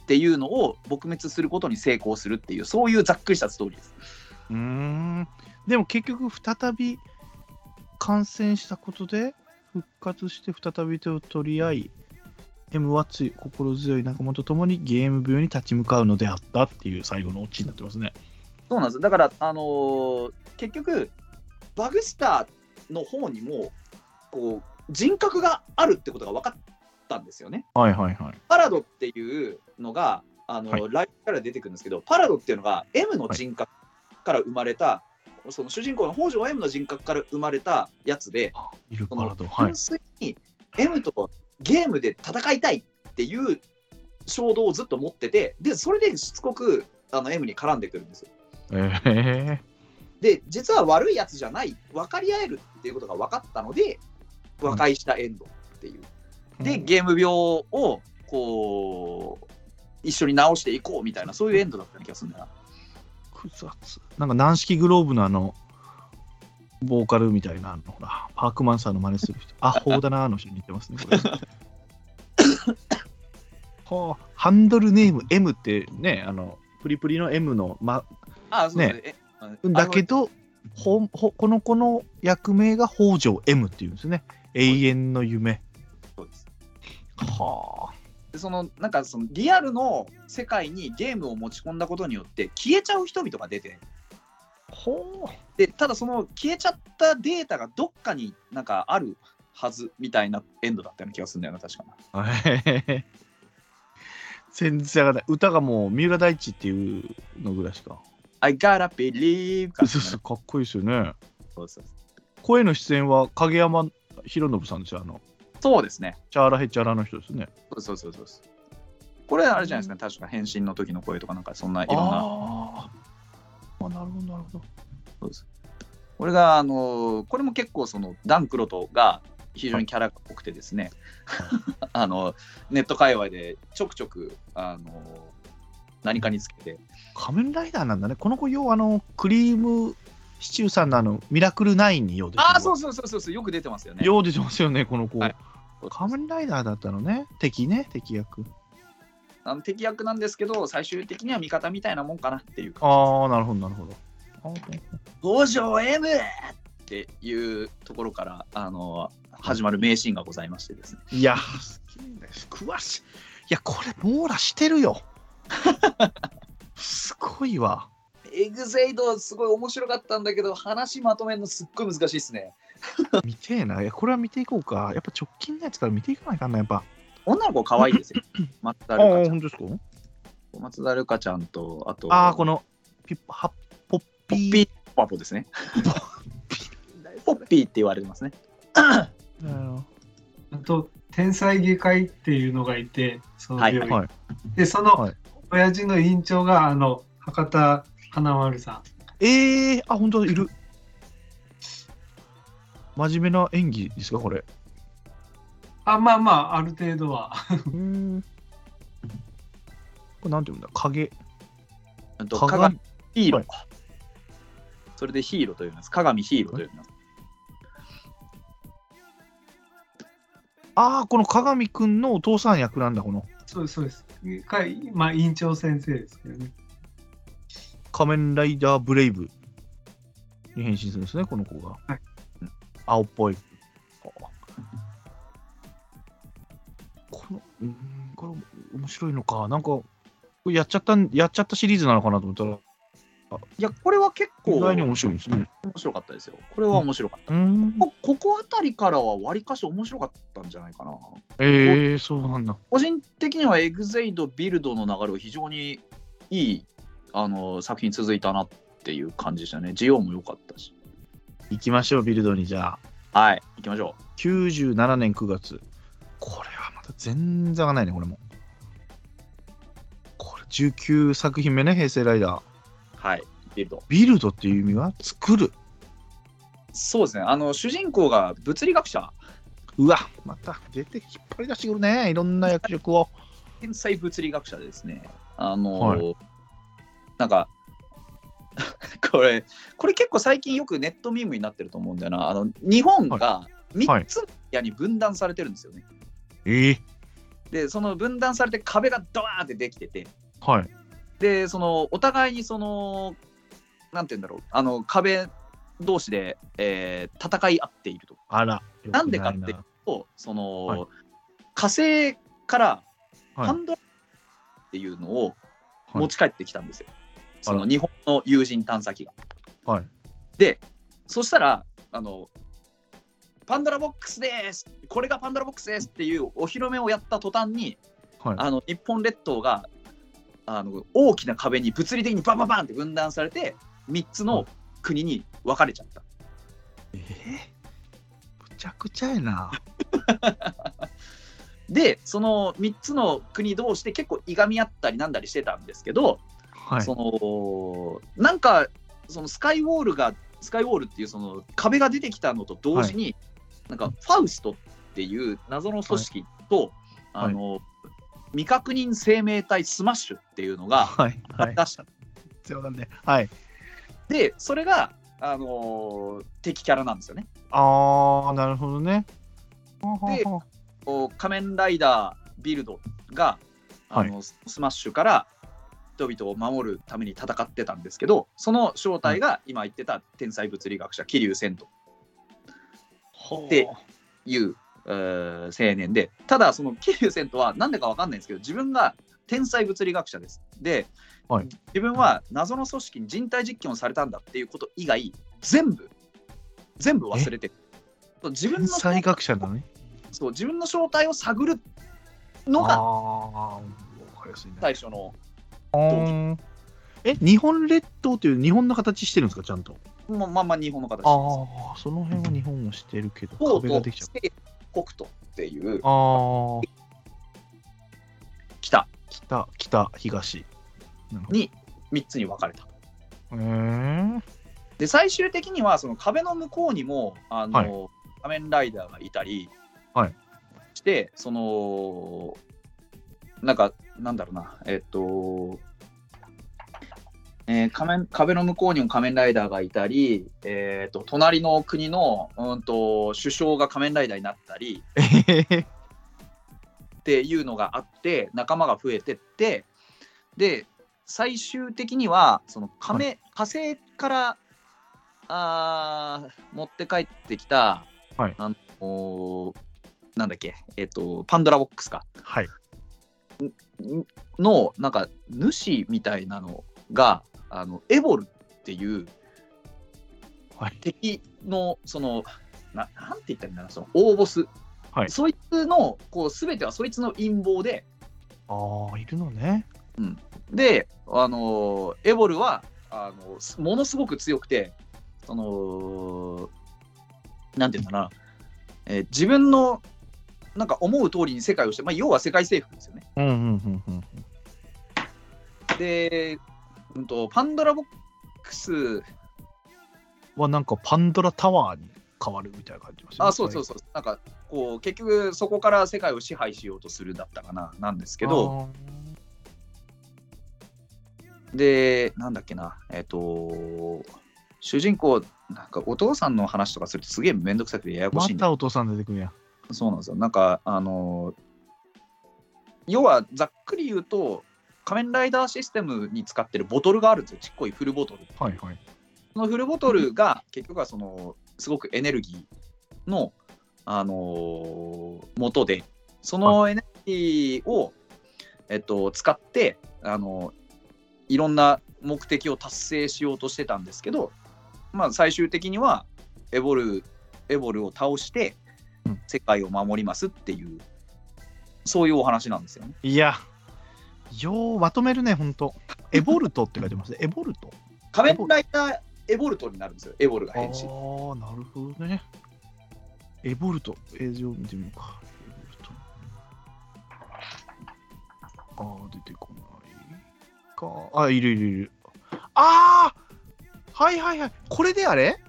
ていうのを撲滅することに成功するっていう、そういうざっくりしたストーリーです。
うーん。でも結局、再び感染したことで、復活して再び手を取り合い、M はつい心強い仲間と共にゲーム病に立ち向かうのであったっていう最後のオチになってますね。
そうなんですだから、あのー結局、バグスターの方にもこう人格があるってことが分かったんですよね。
はいはいはい。
パラドっていうのが、あの
はい
ライブから出てくるんですけど、パラドっていうのが M の人格から生まれた、その主人公の北条 M の人格から生まれたやつで、
いる
そ
パ
の
ラド。はい
純。粋に M とゲームで戦いたいっていう衝動をずっと持ってて、でそれでしつこくあの M に絡んでくるんですよ
え
で実は悪いやつじゃない分かり合えるっていうことが分かったので和解したエンドっていう、
ー、
でゲーム病をこう一緒に直していこうみたいなそういうエンドだったような気がするんだよな
複雑なんか軟式グローブのあのボーカルみたいなあのほらパークマンさんの真似する人あほうだなあの人に似てますね これはあハンドルネーム M ってねあのプリプリの M の、ま、
ああそうですねえ
だけどほほこの子の役名が北条 M っていうんですね永遠の夢
そうです
は
でそのなんかそのリアルの世界にゲームを持ち込んだことによって消えちゃう人々が出て
あほ
でただその消えちゃったデータがどっかになんかあるはずみたいなエンドだったような気がするんだよな確かな
う 全然わかんない歌がもう三浦大知っていうのぐらいしか
I gotta believe か
そう そうかっこいいですよね
そうそう
声の出演は影山博信さんですよあの
そうですね
チャーラヘチャラの人ですね
そうそうそうそうです。これあれじゃないですか、確か変身の時の声とかなんかそんないろんな。
あーあなるほどなるほど
これがあのーこれも結構そのダンクロトが非常にキャラが濃くてですね、 あのネット界隈でちょくちょくあのー何かにつけて、
仮面ライダーなんだねこの子ようあのクリームシチューさんのあのミラクル9によう出てる
ああそうそうそうそうそうよく出てますよね。
よう出てますよねこの子、
はい
仮面ライダーだったのね敵ね敵役
あの敵役なんですけど最終的には味方みたいなもんかなっていうか。
ああなるほどなるほどあー
五条 M っっていうところからあの始まる名シーンがございましてですね。
いや、すげえね詳しい。いや、これ、網羅してる よ。すごいわ。
エグゼイドすごい面白かったんだけど話まとめるのすっごい難しいですね。
見てえな。いや、これは見ていこうか。やっぱ直近のやつから見ていかないかんな、やっぱ。
女の子可愛い ですよ。松田
あ
るかちゃん
当ですか
と松田るかちゃんとあと
ああ、この、ピッハポッ
ポ
ピ
ッ
ー。
ピーパポですね。 ポッピーって言われてますね。
は。
あと天才外科医っていうのがいてその病院、
はい
はい
でその、
はい
親父の院長があの博多花丸さ
ええー、あ、本当だいる。真面目な演技ですか、これ。
んあまあまあある程度は
うん。これなんていうんだ影。
うんと鏡ヒーロー。それでヒーローと呼びます。鏡ヒーローと呼びます。
ああ、この鏡くんのお父さん役なんだ、この。
そうですそうですがまあ院長先生ですけどね
仮面ライダーブレイブに変身するんですね、この子が。
はい
うん青っぽい。この、うーん、これ面白いのか。なんか、これやっちゃったん、やっちゃったシリーズなのかなと思ったら、
いや、これは結構
意外に
面
面白いんですね。
白かったですよ。これは面白かった。
うーん。
こここあたりからはわりかし面白かったんじゃないかな。
ええー、そうなんだ。
個人的にはエグゼイドビルドの流れを非常にいいあの作品続いたなっていう感じでしたね。ジオも良かったし。
行きましょう、ビルドにじゃあ。
はい、行きましょ
97年9月。これはまた前座がないね、これも。これ19作品目ね、平成ライダー。
う。はい、ビルド。
ビルドっていう意味は作る。
そうですね。あの主人公が物理学者、
うわ、また出て引っ張り出してくるね、いろんな役職を。
天才物理学者でですね。あの、
は
なんか これこれ結構最近よくネットミームになってると思うんだよな。あの日本が
はい
3つの部屋に分断されてるんですよね。
ええ
でその分断されて壁がドワーンってできてて。
はい。
でそのお互いにそのなんて言うんだろうあの壁同士で、えー戦い合っていると
あら、
なんでかって
よ
いうとその、
はい
火星から
はい
ハンドラっていうのを
くないな
持ち帰ってきたんですよ、そ
あ
の
ら
日本の友人探査機が。
はい。
そしたらあのパンドラボックスですこれがパンドラボックスですっていうお披露目をやった途端に
はい。
あの日本列島があの大きな壁に物理的にバンバンバンって分断されて3つの国に分かれちゃった。
ええむちゃくちゃやな。
でその3つの国同士で結構いがみ合ったりなんだりしてたんですけど、
はい。
そのなんかそのスカイウォールがスカイウォールっていうその壁が出てきたのと同時に、なんかファウストっていう謎の組織と、
はい
あの未確認生命体スマッシュっていうのが
はい。 はい。
出した
そうなんで。はい。
でそれが、あのー敵キャラなんですよね。
ああ、なるほどね。
で
は
こう仮面ライダービルドがあの、ススマッシュから人々を守るために戦ってたんですけどその正体が今言ってた天才物理学者桐生千と
は
でいう、えー青年でただその桐生千とは何でか分かんないんですけど自分が天才物理学者ですで、
はい
自分は謎の組織に人体実験をされたんだっていうこと以外全部全部忘れてる自分
天
の
才学者だね。
そう自分の正体を探るの
あ
が
あ、わかりやすいね。
最初の
あーえ、日本列島という日本の形してるんですか、ちゃんと。
ままんま日本の形です。
ああ、その辺は日本もしてるけど、
唐
壁が
と
できちゃう。
西北斗っていう
ああ。
北
北、北、東。なるほど
に3つに分かれた。
えー、
で最終的にはその壁の向こうにもあの、
はい
仮面ライダーがいたり
はい
して、そのなんかなんだろうなえっと、えー仮面壁の向こうにも仮面ライダーがいたり、えっと隣の国の、うん、と首相が仮面ライダーになったり
えへへ
っていうのがあって仲間が増えてってで最終的にはその亀、火星からあー持って帰ってきた、
はい
あのーなんだっけ、えっと、パンドラボックスか
はい。
のなんか主みたいなのがあのエボルっていう
はい。
敵のそのななんて言ったらいいんだろうその大ボス、
はい
そいつのこう全てはそいつの陰謀で
ああ、いるのね。
で、あのーエボルはあのーすものすごく強くてそのなんていうんだろうな、えー自分のなんか思う通りに世界をして、まあ、要は世界征服ですよね。
うんうんうんうん。
で、うん、とパンドラボックス
はなんかパンドラタワーに変わるみたいな感じがしますね
あそうそうそうなんかこう結局そこから世界を支配しようとするだったかななんですけど。で、なんだっけな、えっ、と、主人公、なんかお父さんの話とかするとすげえめんどくさくてやや
あー
こしいん
ま
だ
たお父さん出てくるやん。
そうなんですよ。なんか、あの要はざっくり言うと、仮面ライダーシステムに使ってるボトルがあるんですよ。ちっこいフルボトル。
はいはい。
そのフルボトルが結局はその、すごくエネルギーの、あの元で、そのエネルギーを、えっと、使って、あのいろんな目的を達成しようとしてたんですけど、まあ、最終的にはエボル、エボルを倒して
うん、
世界を守りますっていう、そういうお話なんですよね。
いや、ようまとめるね、ほんと。エボルトって書いてますね。エボルト。
仮面ライダーエボルトになるんですよ、エボルが
ああ
変身。
ー、なるほどね。エボルト、映像見てみようか。エボルト。ああ、出てこないか。あ、いるいるいる。ああはいはいはい。これであれ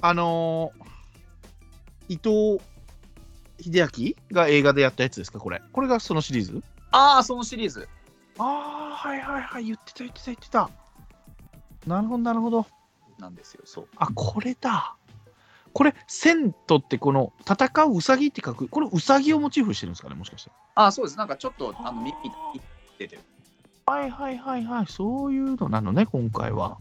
あのー、伊藤秀明が映画でやったやつですか、これ。これがそのシリーズ
ああ、そのシリーズ。
ああ、はいはいはい。言ってた言ってた言ってた。なるほどなるほど。
なんですよ、そう。
あ、これだ。これ、セントってこの戦うウサギって書く、これウサギをモチーフにしてるんですかね、もしかして。
ああ、そうです。なんかちょっと、あの、み、み出てる。
はいはいはいはい、そういうのなのね、今回は。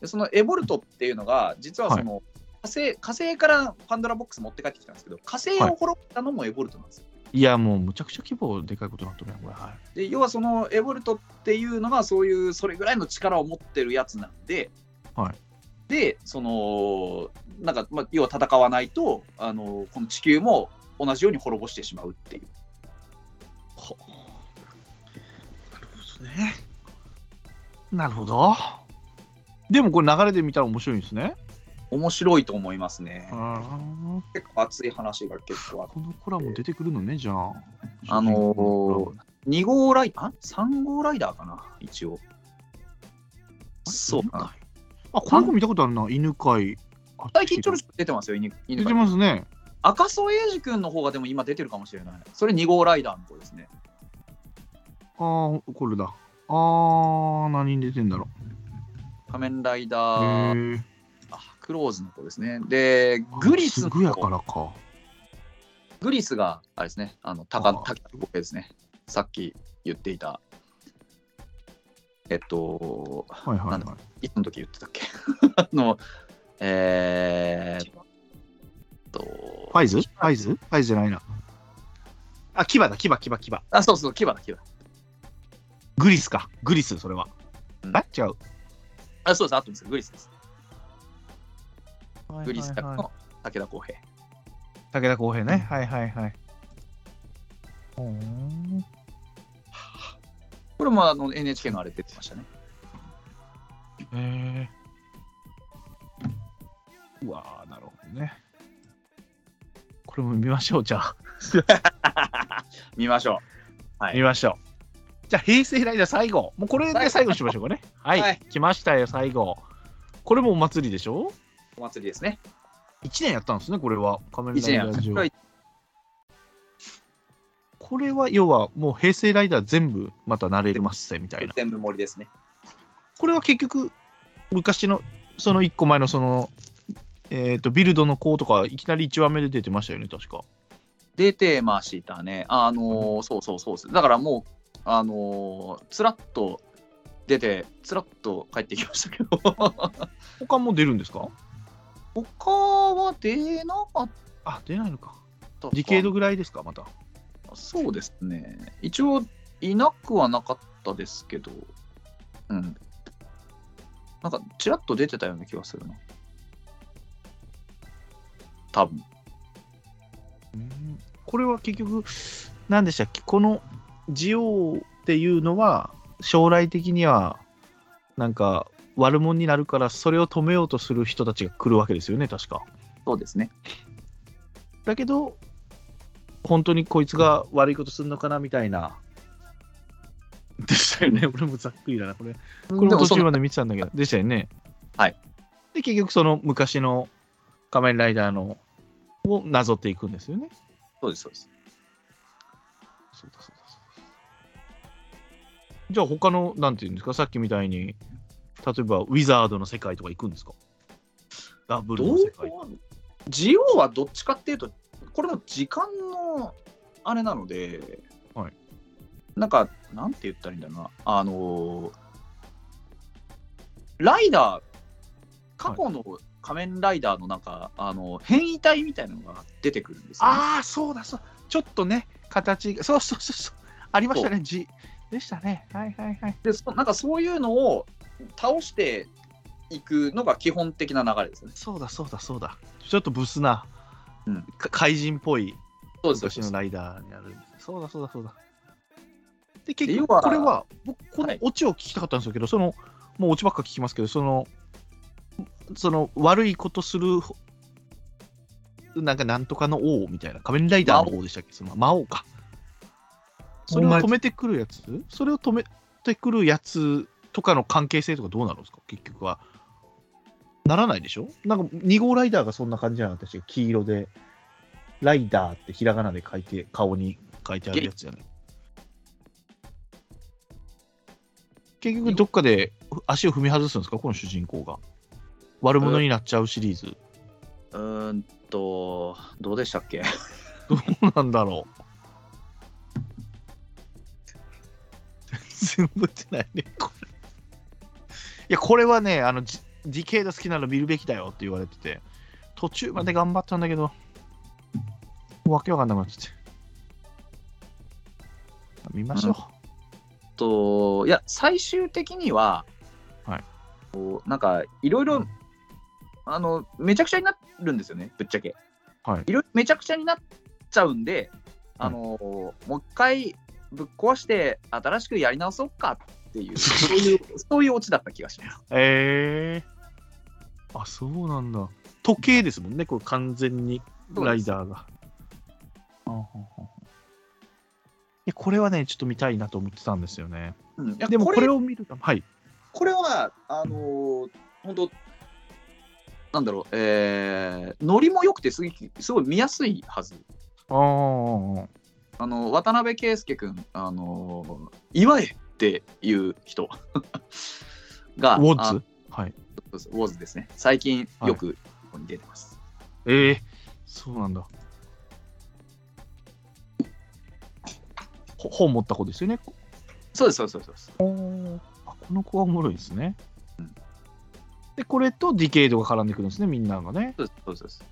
で、そのエボルトっていうのが、実はその、火星、火星からパンドラボックス持って帰ってきたんですけど、火星を滅ぼしたのもエボルトなんですよ。
いや、もうむちゃくちゃ規模でかいことになってるね、これ。はい、
で、要はそのエボルトっていうのが、そういう、それぐらいの力を持ってるやつなんで、
はい
で、その、なんか、まあ、要は戦わないと、あの、この地球も同じように滅ぼしてしまうっていう。
ね。なるほど。でもこれ流れで見たら面白いんですね。
面白いと思いますね。
あ
結構熱い話が結構あって
このコラム出てくるのね、じゃあ。
あのー2号ライダー、3号ライダーかな、一応。そうかな。
あ、この子見たことあるな、犬飼。あ
最近ちょろちょろ出てますよ、犬
出
犬
て
飼。
ますね。
赤楚衛二君の方がでも今出てるかもしれない。それ2号ライダーの方ですね。
ああ、これだ。あー、何に出てんだろ
仮面ラ
う。
イ
へ
ダー、
ー
あクローズの方ですね。で、グリス
す
の
ぐやからか。
グリスが、あれですね、あの、高
あー
高木ですね。さっき言っていた、えっと、
はいはいは
なん
い
だ。いつの時言ってたっけ あの、えー、っと、
ファイズファイズファイズじゃないな。あ、牙だ、牙、牙、牙。
あ、そうそう、牙だ、牙。
グリスか。グリス、それは。
うん
あ、違う。
あ、そうです、あとです、グリスです。グ
グ
リス
だ。
役の武田浩平。
武田浩平ね。はいはいはい。ほーん
これもあの NHK のあれ出てましたね。
へーうわー、なるほどね。これも見ましょう、じゃあ。
見ましょはい
見ましょう。じゃあ、平成ライダー最後。もうこれで最後にしましょうか ね。はい、
はい
来ましたよ、最後。これもお祭りでしょ
う。お祭りですね。
?1 年やったんですね、これは。仮面
一
ライダ
年
ージ
は
オ
い。
これは、要は、もう平成ライダー全部またなれますせ、みたいな。
全部森ですね。
これは結局、昔の、その1個前の、その、えっ、と、ビルドの子とか、いきなり1話目で出てましたよね、確か。
出てましたね。あのー、そうそうそうです。だからもう、あのー、つらっと出て、つらっと帰ってきましたけど。
他も出るんですか
他は出なかっ
あ、出ないのか。
たか
ディケードぐらいですか、また。
そうですね。一応、いなくはなかったですけど、うん。なんか、ちらっと出てたような気がするな。多分
うんこれは結局、何でしたっけ、このジオウっていうのは、将来的には、なんか、悪者になるから、それを止めようとする人たちが来るわけですよね、確か。
そうですね。
だけど、本当にこいつが悪いことするのかなみたいな。でしたよね、俺もざっくりだな、これ。
で
これも
も
途
そ
中
の
まで見てたんだけど、でしたよね。
はい。
で、結局、その昔の仮面ライダーのをなぞっていくんですよね。
そうです、そうです。
そうだそうだそうだ。じゃあ、他の、なんていうんですか、さっきみたいに、例えばウィザードの世界とか行くんですかダブル
ど
の
う
世界。
ジオはどっちかっていうと、これも時間のあれなので、
はい
なんか、なんて言ったらいいんだろうな、あのーライダー、過去の仮面ライダーのなんか、あの変異体みたいなのが出てくるんですよ、ね。
ああ、そうだそう。ちょっとね、形が、そうそうそうそう。ありましたね、じ。でしたね。はいはいはい。
でそ、なんかそういうのを倒していくのが基本的な流れですね。
そうだそうだそうだ。ちょっとブスな、
うん
か怪人っぽい
そうです
昔
そうで
の
す
ライダーになるんです。そうだそうだそうだ。で、結
要
局、
は
これは、僕、こ
は
の
い
オチを聞きたかったんですけど、その、もうオチばっか聞きますけど、その、その、悪いことする、なんか、なんとかの王みたいな、仮面ライダーの王でしたっけ、その魔王か。それを止めてくるやつそれを止めてくるやつとかの関係性とかどうなるんですか結局は。ならないでしょなんか2号ライダーがそんな感じなの私黄色で。ライダーってひらがなで書いて顔に書いてあるやつじゃない結局どっかで足を踏み外すんですかこの主人公が。悪者になっちゃうシリーズ。
うーんと、どうでしたっけ
どうなんだろう。全部覚えてないね、これ。いや、これはね、あの、ジディケイド好きなら見るべきだよって言われてて、途中まで頑張ったんだけど、わけわかんなくなっちゃって。見ましょう。
えっと、いや、最終的には、
はい
こうなんか、いろいろ、あの、めちゃくちゃになるんですよね、ぶっちゃけ。
はい
いろいろめちゃくちゃになっちゃうんで、あの、もう一回ぶっ壊して、新しくやり直そうかって いう、そういう、そういうオチだった気がします。
えー。あ、そうなんだ。時計ですもんね、これ完全にライダーが。あはあはあいやこれはね、ちょっと見たいなと思ってたんですよね。
うん、いや
でも
こ
こ
れ
れを見ると、はい。
これは、あの、本当なんだろう、えー、ノリも良くてすごい、すごい見やすいはず。
ああ。
あの渡辺圭介君、あの岩江っていう人 が、
ウォッ
あそう
ズはい。
ですウォーズですね、最近よくここに出てます。
ええそうなんだ。ほ本持った子ですよね。
そうです、そうです、そうです。
あこの子はおもろいですね。で、これとディケイドが絡んでくるんですね、みんながね。
そうですそうですそうです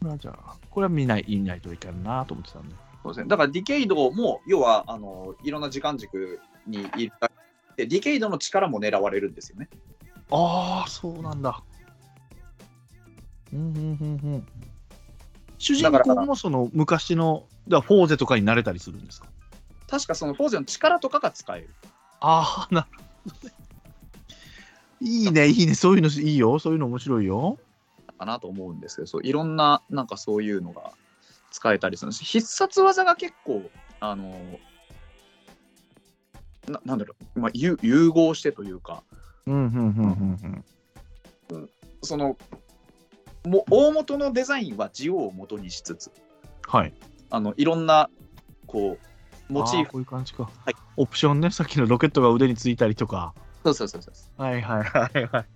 これはじゃあ、これは見ない、見ないといかんなと思ってたんで。
そうですねだからディケイドも、要はあのいろんな時間軸にいるで、ディケイドの力も狙われるんですよね。
ああ、そうなんだ。うんうんうんうん。主人
だか
公
ら
もその昔の、だからフォーゼとかになれたりするんですか
確かそのフォーゼの力とかが使える。
ああ、なるほどね。いいね、いいね。そういうのいいよ。そういうの面白いよ。
かなと思うんですけどそういろんななんかそういうのが使えたりするし必殺技が結構あのななんだろう、まあ、融融合してというか
うん、うん、うん、うん。
そのも大元のデザインはジオを元にしつつ
はい。
あのいろんなこうモチー
あー
フ
こういう感じか。
い
オプションね。さっきのロケットが腕についたりとか。
そうそうそうそう
はいはい はいはい。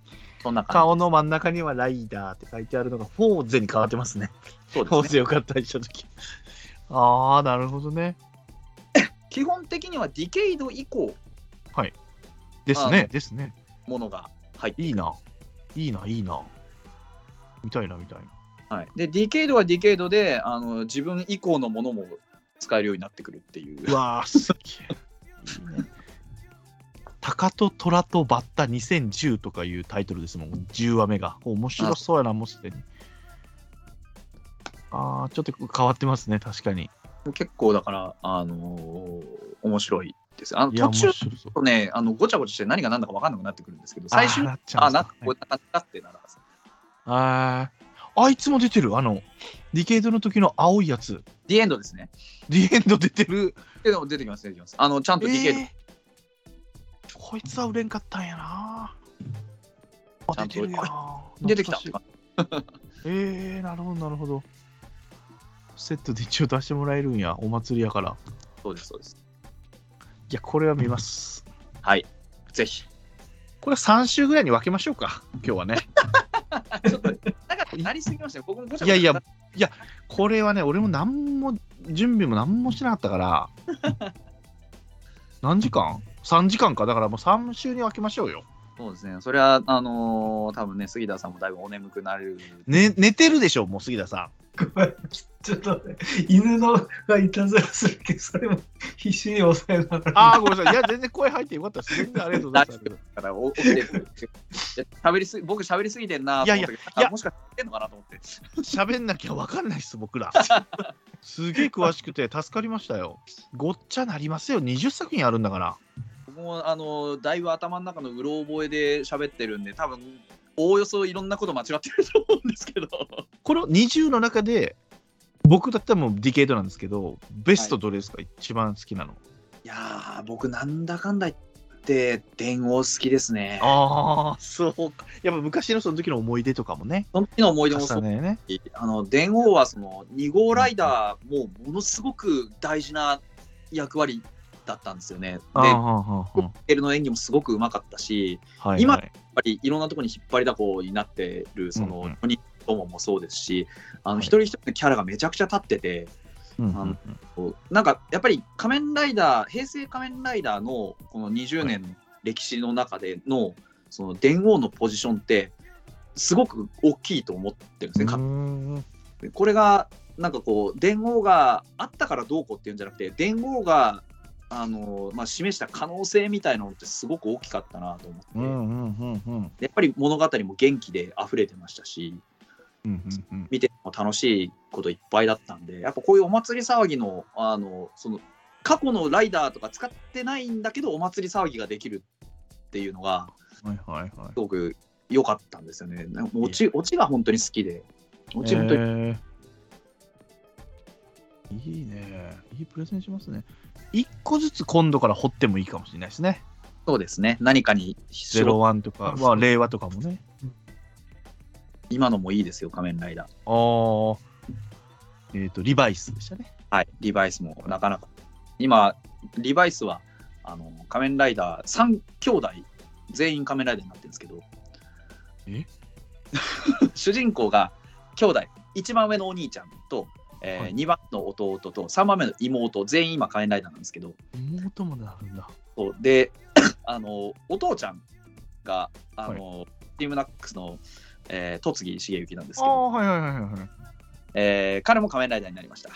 そんな感
顔の真ん中にはライダーって書いてあるのがフォーゼに変わってますね。
じそう
フォ
で
ー
す、ね、
ゼよかったりしたとき。ああ、なるほどね。
基本的にはディケイド以降
です
あ
ね。ですね。
ものが入って
いいな。いいな、いいな。見たいな、見たいな。
はい、でディケイドはディケイドであの自分以降のものも使えるようになってくるっていう
うわー、すげえ。いいね鷹と虎とバッタ2010とかいうタイトルですもん、10話目が。面白そうやな、もうすでに。ああ、ちょっと変わってますね、確かに。
結構だから、あのー面白いですあの
いや、
途
面
中
白
ち
そう。
ょっとねあのごちゃごちゃして何が何だか分かんなくなってくるんですけど最初
あー
に
なっちゃ
あ
うんで
なん
す
か
か
こうなかったってならさ
あーあいつも出てる、あの、ディケイドの時の青いやつ。
ディエンドですね
ディエンド出てる。
ででも出てきます出てきますあのちゃんとディケイド、
えーこいつは売れんかったんやな。
ちゃんと
出てるやん
出てきたって感じ
えー、なるほど、なるほど。セットで一応出してもらえるんや、お祭りやから。
そうですそうです
いや、これは見ます。
はいぜひ
これは3週ぐらいに分けましょうか、今日はね。
ちょっとなんかなりすぎましたよ僕もごちゃごちゃ
いやいやこれはね、俺も何も、準備も何もしなかった から。何時間 ?3 時間か。だからもう3週に分けましょうよ。
そうですねそれはあのー多分ね杉田さんもだいぶお眠くなる
ね、寝てるでしょ、もう杉田さん。
ちょっとね犬のがいたずらするけどそれも必死に抑えながら
ああ、ごめんなさい。いや、全然声入ってよかったです。全然ありがとうございます。
からお起きてる いや喋りすぎ僕喋りすぎてんなと思ったけど
いや
あもしかして言ってんのかなと思って
喋んなきゃ分かんないっす、僕 ら。すげえ詳しくて助かりましたよ。ごっちゃなりますよ。20作品あるんだから。
僕もあのだいぶ頭の中のうろ覚えで喋ってるんで多分おおよそいろんなこと間違ってると思うんですけど
この20の中で、僕だったらもうディケードなんですけど、ベストどれですか、一番好きなの。
いやー僕なんだかんだ言って電王好きですね
ああ、そうか。やっぱ昔のその時の思い出とかもね。
その時の思い出も
重
そう
ねね。
あの電王はその2号ライダーもものすごく大事な役割だったんですよね
あーはんはんはん
でエルの演技もすごくうまかったし
はいはい
今やっぱりいろんなところに引っ張りだこになってるそ
うんう
の
ん
4人とももそうですしあの
はい
一人一人のキャラがめちゃくちゃ立ってて、
うんうんうん
こうなんかやっぱり仮面ライダー平成仮面ライダーのこの20年の歴史の中でのその電王のポジションってすごく大きいと思ってるんですねか
うー、ん
これがなんかこう電王があったからどうこうっていうんじゃなくて電王があの、まあ、示した可能性みたいなのってすごく大きかったなと思って、
うんうんうんうん
でやっぱり物語も元気で溢れてましたし
うんうんうん
見ても楽しいこといっぱいだったんでやっぱこういうお祭り騒ぎのあのその過去のライダーとか使ってないんだけどお祭り騒ぎができるっていうのが
はいはいはい
す。ごく良かったんですよね。なんかオチオチが本当に好きでオチ本当に、
えーいいね。いいプレゼンしますね。一個ずつ今度から掘ってもいいかもしれないですね。
そうですね何かに
ゼロワンとか、まあ、令和とかもね。
今のもいいですよ仮面ライダー。
あーえっ、と、リバイスでしたね。
はいリバイスもなかなか今リバイスはあの仮面ライダー3兄弟全員仮面ライダーになってるんですけど
え
主人公が兄弟一番上のお兄ちゃんと、え
はい
2番の弟と3番目の妹全員今仮面ライダーなんですけど
妹もなるんだ。
そうで あのお父ちゃんがあの、チームナックスの、えー戸次重幸なんです
あ
けど、
あー、はいはいはいはい。
えー彼も仮面ライダーになりました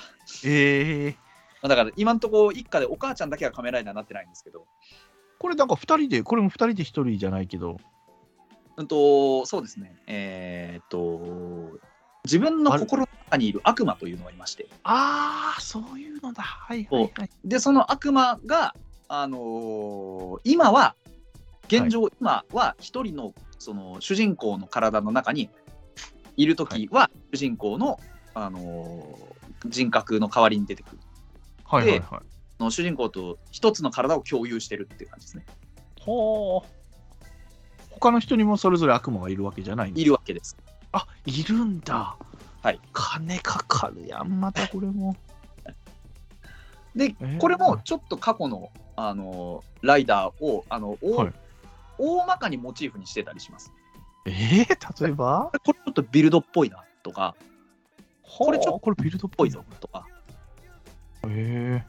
えー、
だから今んとこ一家でお母ちゃんだけは仮面ライダーになってないんですけど
これなんか二人で、これも二人で一人じゃないけど、
うんと、そうですね。えーっと、自分の心の中にいる悪魔というのがいまして、
ああ、そういうのだ。はいはいはい。
で、その悪魔が、あのー今は、現状、今は一人のその主人公の体の中にいるときは、主人公の、あのー人格の代わりに出てくる。
はいはいはい。
その主人公と一つの体を共有してるっていう感じですね。
ほう。他の人にもそれぞれ悪魔がいるわけじゃないんだ
いるわけです。
あいるんだ。
はい。
金かかるやん、またこれも。
で
えー、
これもちょっと過去の、あのーライダーを、あの、大
はい
大まかにモチーフにしてたりします。
えー、例えば
これちょっとビルドっぽいなとか、
こ
れちょっと
これビルドっ
ぽ
ぽ
い
いぞ
ぞ。とか、
へ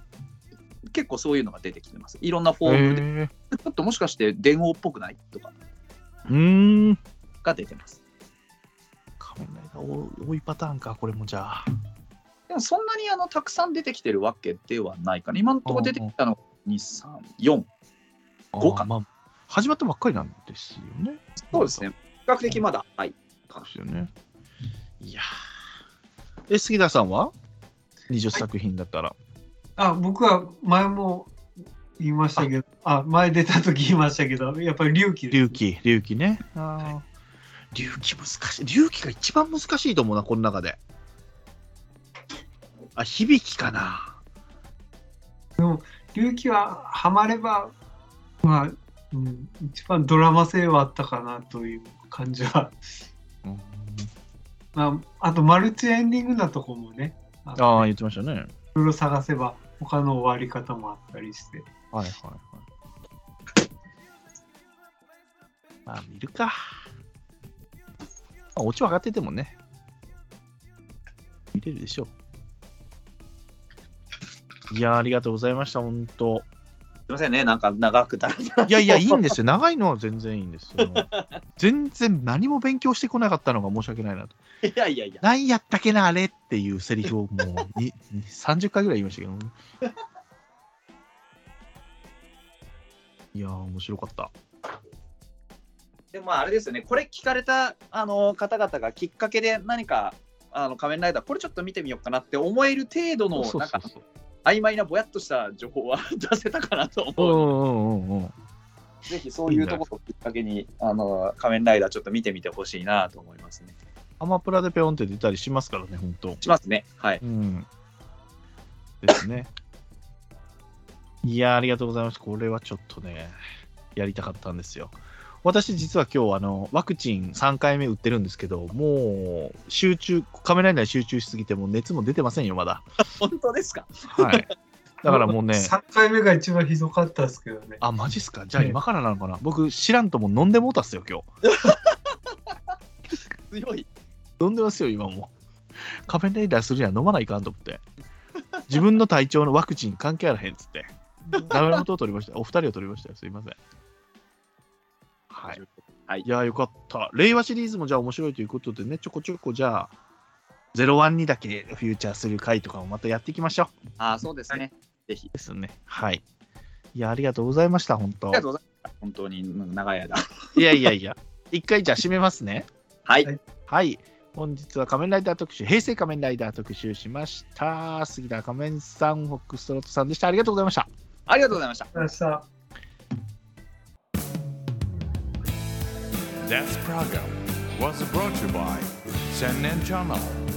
結構そういうのが出てきてます。いろんなフ
え
ォームで、
へえ
ちょっともしかして電王っぽくないとか、
うーん。
が出てます。
仮面ライダー多い多いパターンか、これもじゃあ。
でもそんなにあのたくさん出てきてるわけではないかな。今のところ出てきたの2、3、4。豪華
あーまあ、始まったばっかりなんですよね。
そうですね。比較的まだ、はい。
そうですよね。いやーえ、杉田さんは ?20 作品だったら。
あ僕は前も言いましたけどあ前出た時言いましたけどやっぱり龍騎です
龍騎、龍騎ね。あー龍騎難しい。龍騎が一番難しいと思うな、この中で。あ、響きかな。
龍騎はハマればまあ、うん、一番ドラマ性はあったかなという感じは、まあ、あとマルチエンディングなとこもねあの
ああ、言ってましたね。
いろいろ探せば他の終わり方もあったりして
はいはいはい。まあ、見るか。まあ、オチは上がっててもね。見れるでしょう。いやーありがとうございました、本当。
すいませんね。なんか長くだらだら
いやいや、いいんですよ。長いのは全然いいんです よ。全然何も勉強してこなかったのが申し訳ないなと。
いやいやいや。
何やったっけな、あれっていうセリフをもう にに30回ぐらい言いましたけど。いやー、面白かった。
でもまああれですよね。これ聞かれたあの方々がきっかけで何かあの仮面ライダーこれちょっと見てみようかなって思える程度のなんか
う。
曖昧なぼやっとした情報は 出せたかなと
うん
思
う
う。
んうんうん。
ぜひそういうところをきっかけにあの仮面ライダーちょっと見てみてほしいなと思いますね。
アマプラでペヨンって出たりしますからね、本当。
しますね。はい。
うん。です ね。いやー、ありがとうございます。これはちょっとね、やりたかったんですよ。私、実は今日、あの、ワクチン3回目打ってるんですけど、もう、集中、カメラに集中しすぎて、もう熱も出てませんよ、まだ。
本当ですか。
はい。だからもうね、
3回目が一番ひどかったですけど ね
あ、マジっすかじゃあ今からなのかな僕、知らんともう飲んでもうたっすよ、今日。
強い。
飲んでますよ、今も。仮面ライダーするには飲まないかんと思って。自分の体調のワクチン関係あらへんっつって。ダメ元を取りました。お二人を取りましたよ。すいません。はい。
はい
いやー、よかった。令和シリーズもじゃあ面白いということでね、ちょこちょこじゃあ、01にだけフューチャーする回とかもまたやっていきましょう。
ああ、そうですね。ぜひ。
ですね。はい。いやー、ありがとうございました、本
あ
当
りがとうございます。本当にうん長い間。
いやいやいや。一回じゃあ締めますね。
はい。
はい。本日は仮面ライダー特集、平成仮面ライダー特集しました。杉田仮面さん、ホックストロットさんでした。ありがとうございました。
ありがとうございました。
明日
This program was brought to you by Sennen Channel.